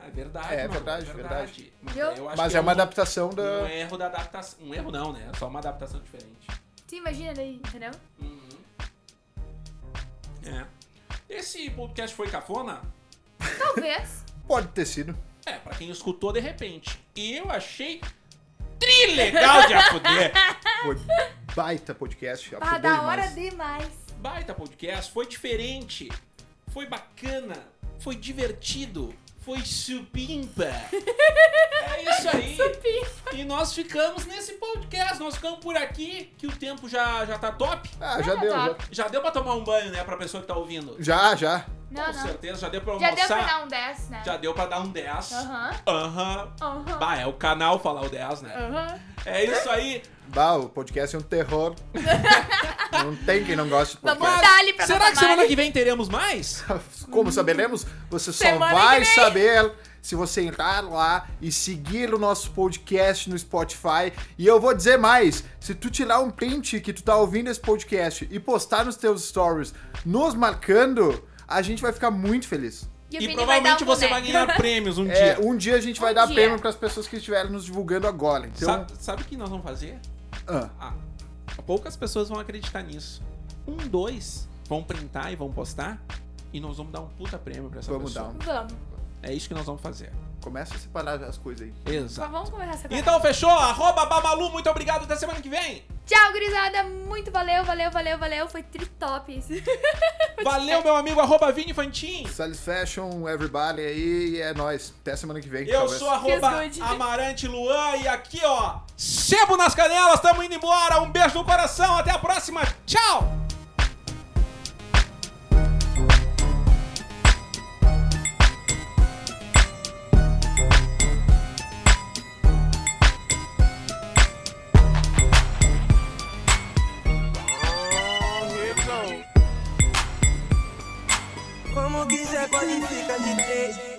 Speaker 2: Ah, é verdade.
Speaker 3: É,
Speaker 2: mano,
Speaker 3: verdade,
Speaker 2: Mas,
Speaker 4: Eu-
Speaker 2: eu acho
Speaker 3: Mas
Speaker 2: que
Speaker 3: é uma
Speaker 2: um-
Speaker 3: adaptação
Speaker 2: Um
Speaker 3: da.
Speaker 2: erro da adaptação. Um erro não, né? É só uma adaptação diferente.
Speaker 4: Tu imagina daí, entendeu?
Speaker 2: Uhum. É. Esse podcast foi cafona?
Speaker 3: *laughs*
Speaker 4: Talvez.
Speaker 3: Pode ter sido.
Speaker 2: É, pra quem escutou de repente. E eu achei trilegal de afuder.
Speaker 3: Foi baita
Speaker 2: Tá
Speaker 3: podcast.
Speaker 4: Pá,
Speaker 3: afundei
Speaker 4: Tá da hora
Speaker 3: demais.
Speaker 4: demais.
Speaker 2: Baita podcast, foi diferente, foi bacana, foi divertido, foi supimpa. É isso aí. E nós ficamos nesse podcast, nós ficamos por aqui, que o tempo já, já tá top.
Speaker 3: Ah, já
Speaker 4: Tá
Speaker 3: deu.
Speaker 4: top.
Speaker 2: Já deu pra tomar um banho, né, pra pessoa que tá ouvindo?
Speaker 3: Já, já. já.
Speaker 4: Não,
Speaker 2: Com
Speaker 4: não.
Speaker 2: certeza, já deu pra
Speaker 4: Já deu pra
Speaker 2: almoçar.
Speaker 4: dar um 10, né?
Speaker 2: Já deu pra dar um 10.
Speaker 4: Aham,
Speaker 2: Aham.
Speaker 4: aham,
Speaker 2: Bah, é o canal falar o 10, né?
Speaker 4: aham.
Speaker 2: É isso aí.
Speaker 3: Bah, o podcast é um
Speaker 4: *laughs*
Speaker 3: terror. não tem quem não goste de
Speaker 4: Vamos
Speaker 3: podcast.
Speaker 4: dar ali pra
Speaker 2: Será que
Speaker 4: Dona Mari.
Speaker 2: semana que vem teremos mais?
Speaker 3: Como saberemos? Você só
Speaker 4: Semana que
Speaker 3: vai
Speaker 4: vem.
Speaker 3: saber se você entrar lá e seguir o nosso podcast no Spotify. E eu vou dizer mais: se tu tirar um print que tu tá ouvindo esse podcast e postar nos teus stories, nos marcando, a gente vai ficar muito feliz.
Speaker 4: E,
Speaker 2: E
Speaker 4: o Vini
Speaker 2: provavelmente
Speaker 4: vai dar um
Speaker 2: você vai
Speaker 4: *laughs* boneco.
Speaker 2: ganhar prêmios um
Speaker 3: *laughs* É,
Speaker 2: dia.
Speaker 3: um dia a gente vai
Speaker 4: Um
Speaker 3: dar
Speaker 4: dia.
Speaker 3: prêmio para as pessoas que estiverem nos divulgando agora. Então,
Speaker 2: Sabe, sabe o que nós vamos fazer?
Speaker 3: ah,
Speaker 2: Ah, poucas pessoas vão acreditar nisso. Um, dois vão printar e vão postar. E nós vamos dar um puta prêmio pra essa
Speaker 3: vamos dar.
Speaker 2: pessoa.
Speaker 3: Um...
Speaker 4: Vamos.
Speaker 2: É isso que nós vamos fazer.
Speaker 3: Começa a separar as coisas aí.
Speaker 4: Só
Speaker 2: Exato.
Speaker 4: vamos começar essa
Speaker 2: Então fechou. Arroba Babalu, muito obrigado. Até semana que vem.
Speaker 4: Tchau, gurizada. Muito valeu, valeu, valeu, valeu. Foi tritop esse.
Speaker 2: Valeu, meu amigo. Arroba Vini Fantin.
Speaker 3: Satisfaction, everybody aí, e é nóis. Até semana que vem.
Speaker 2: Eu
Speaker 3: talvez.
Speaker 2: sou arroba
Speaker 4: Feels good.
Speaker 2: Amarante Luan. E aqui, ó, sebo nas canelas. Tamo indo embora. Um beijo no coração. Até a próxima. Tchau.
Speaker 6: Como quiser pode ficar de três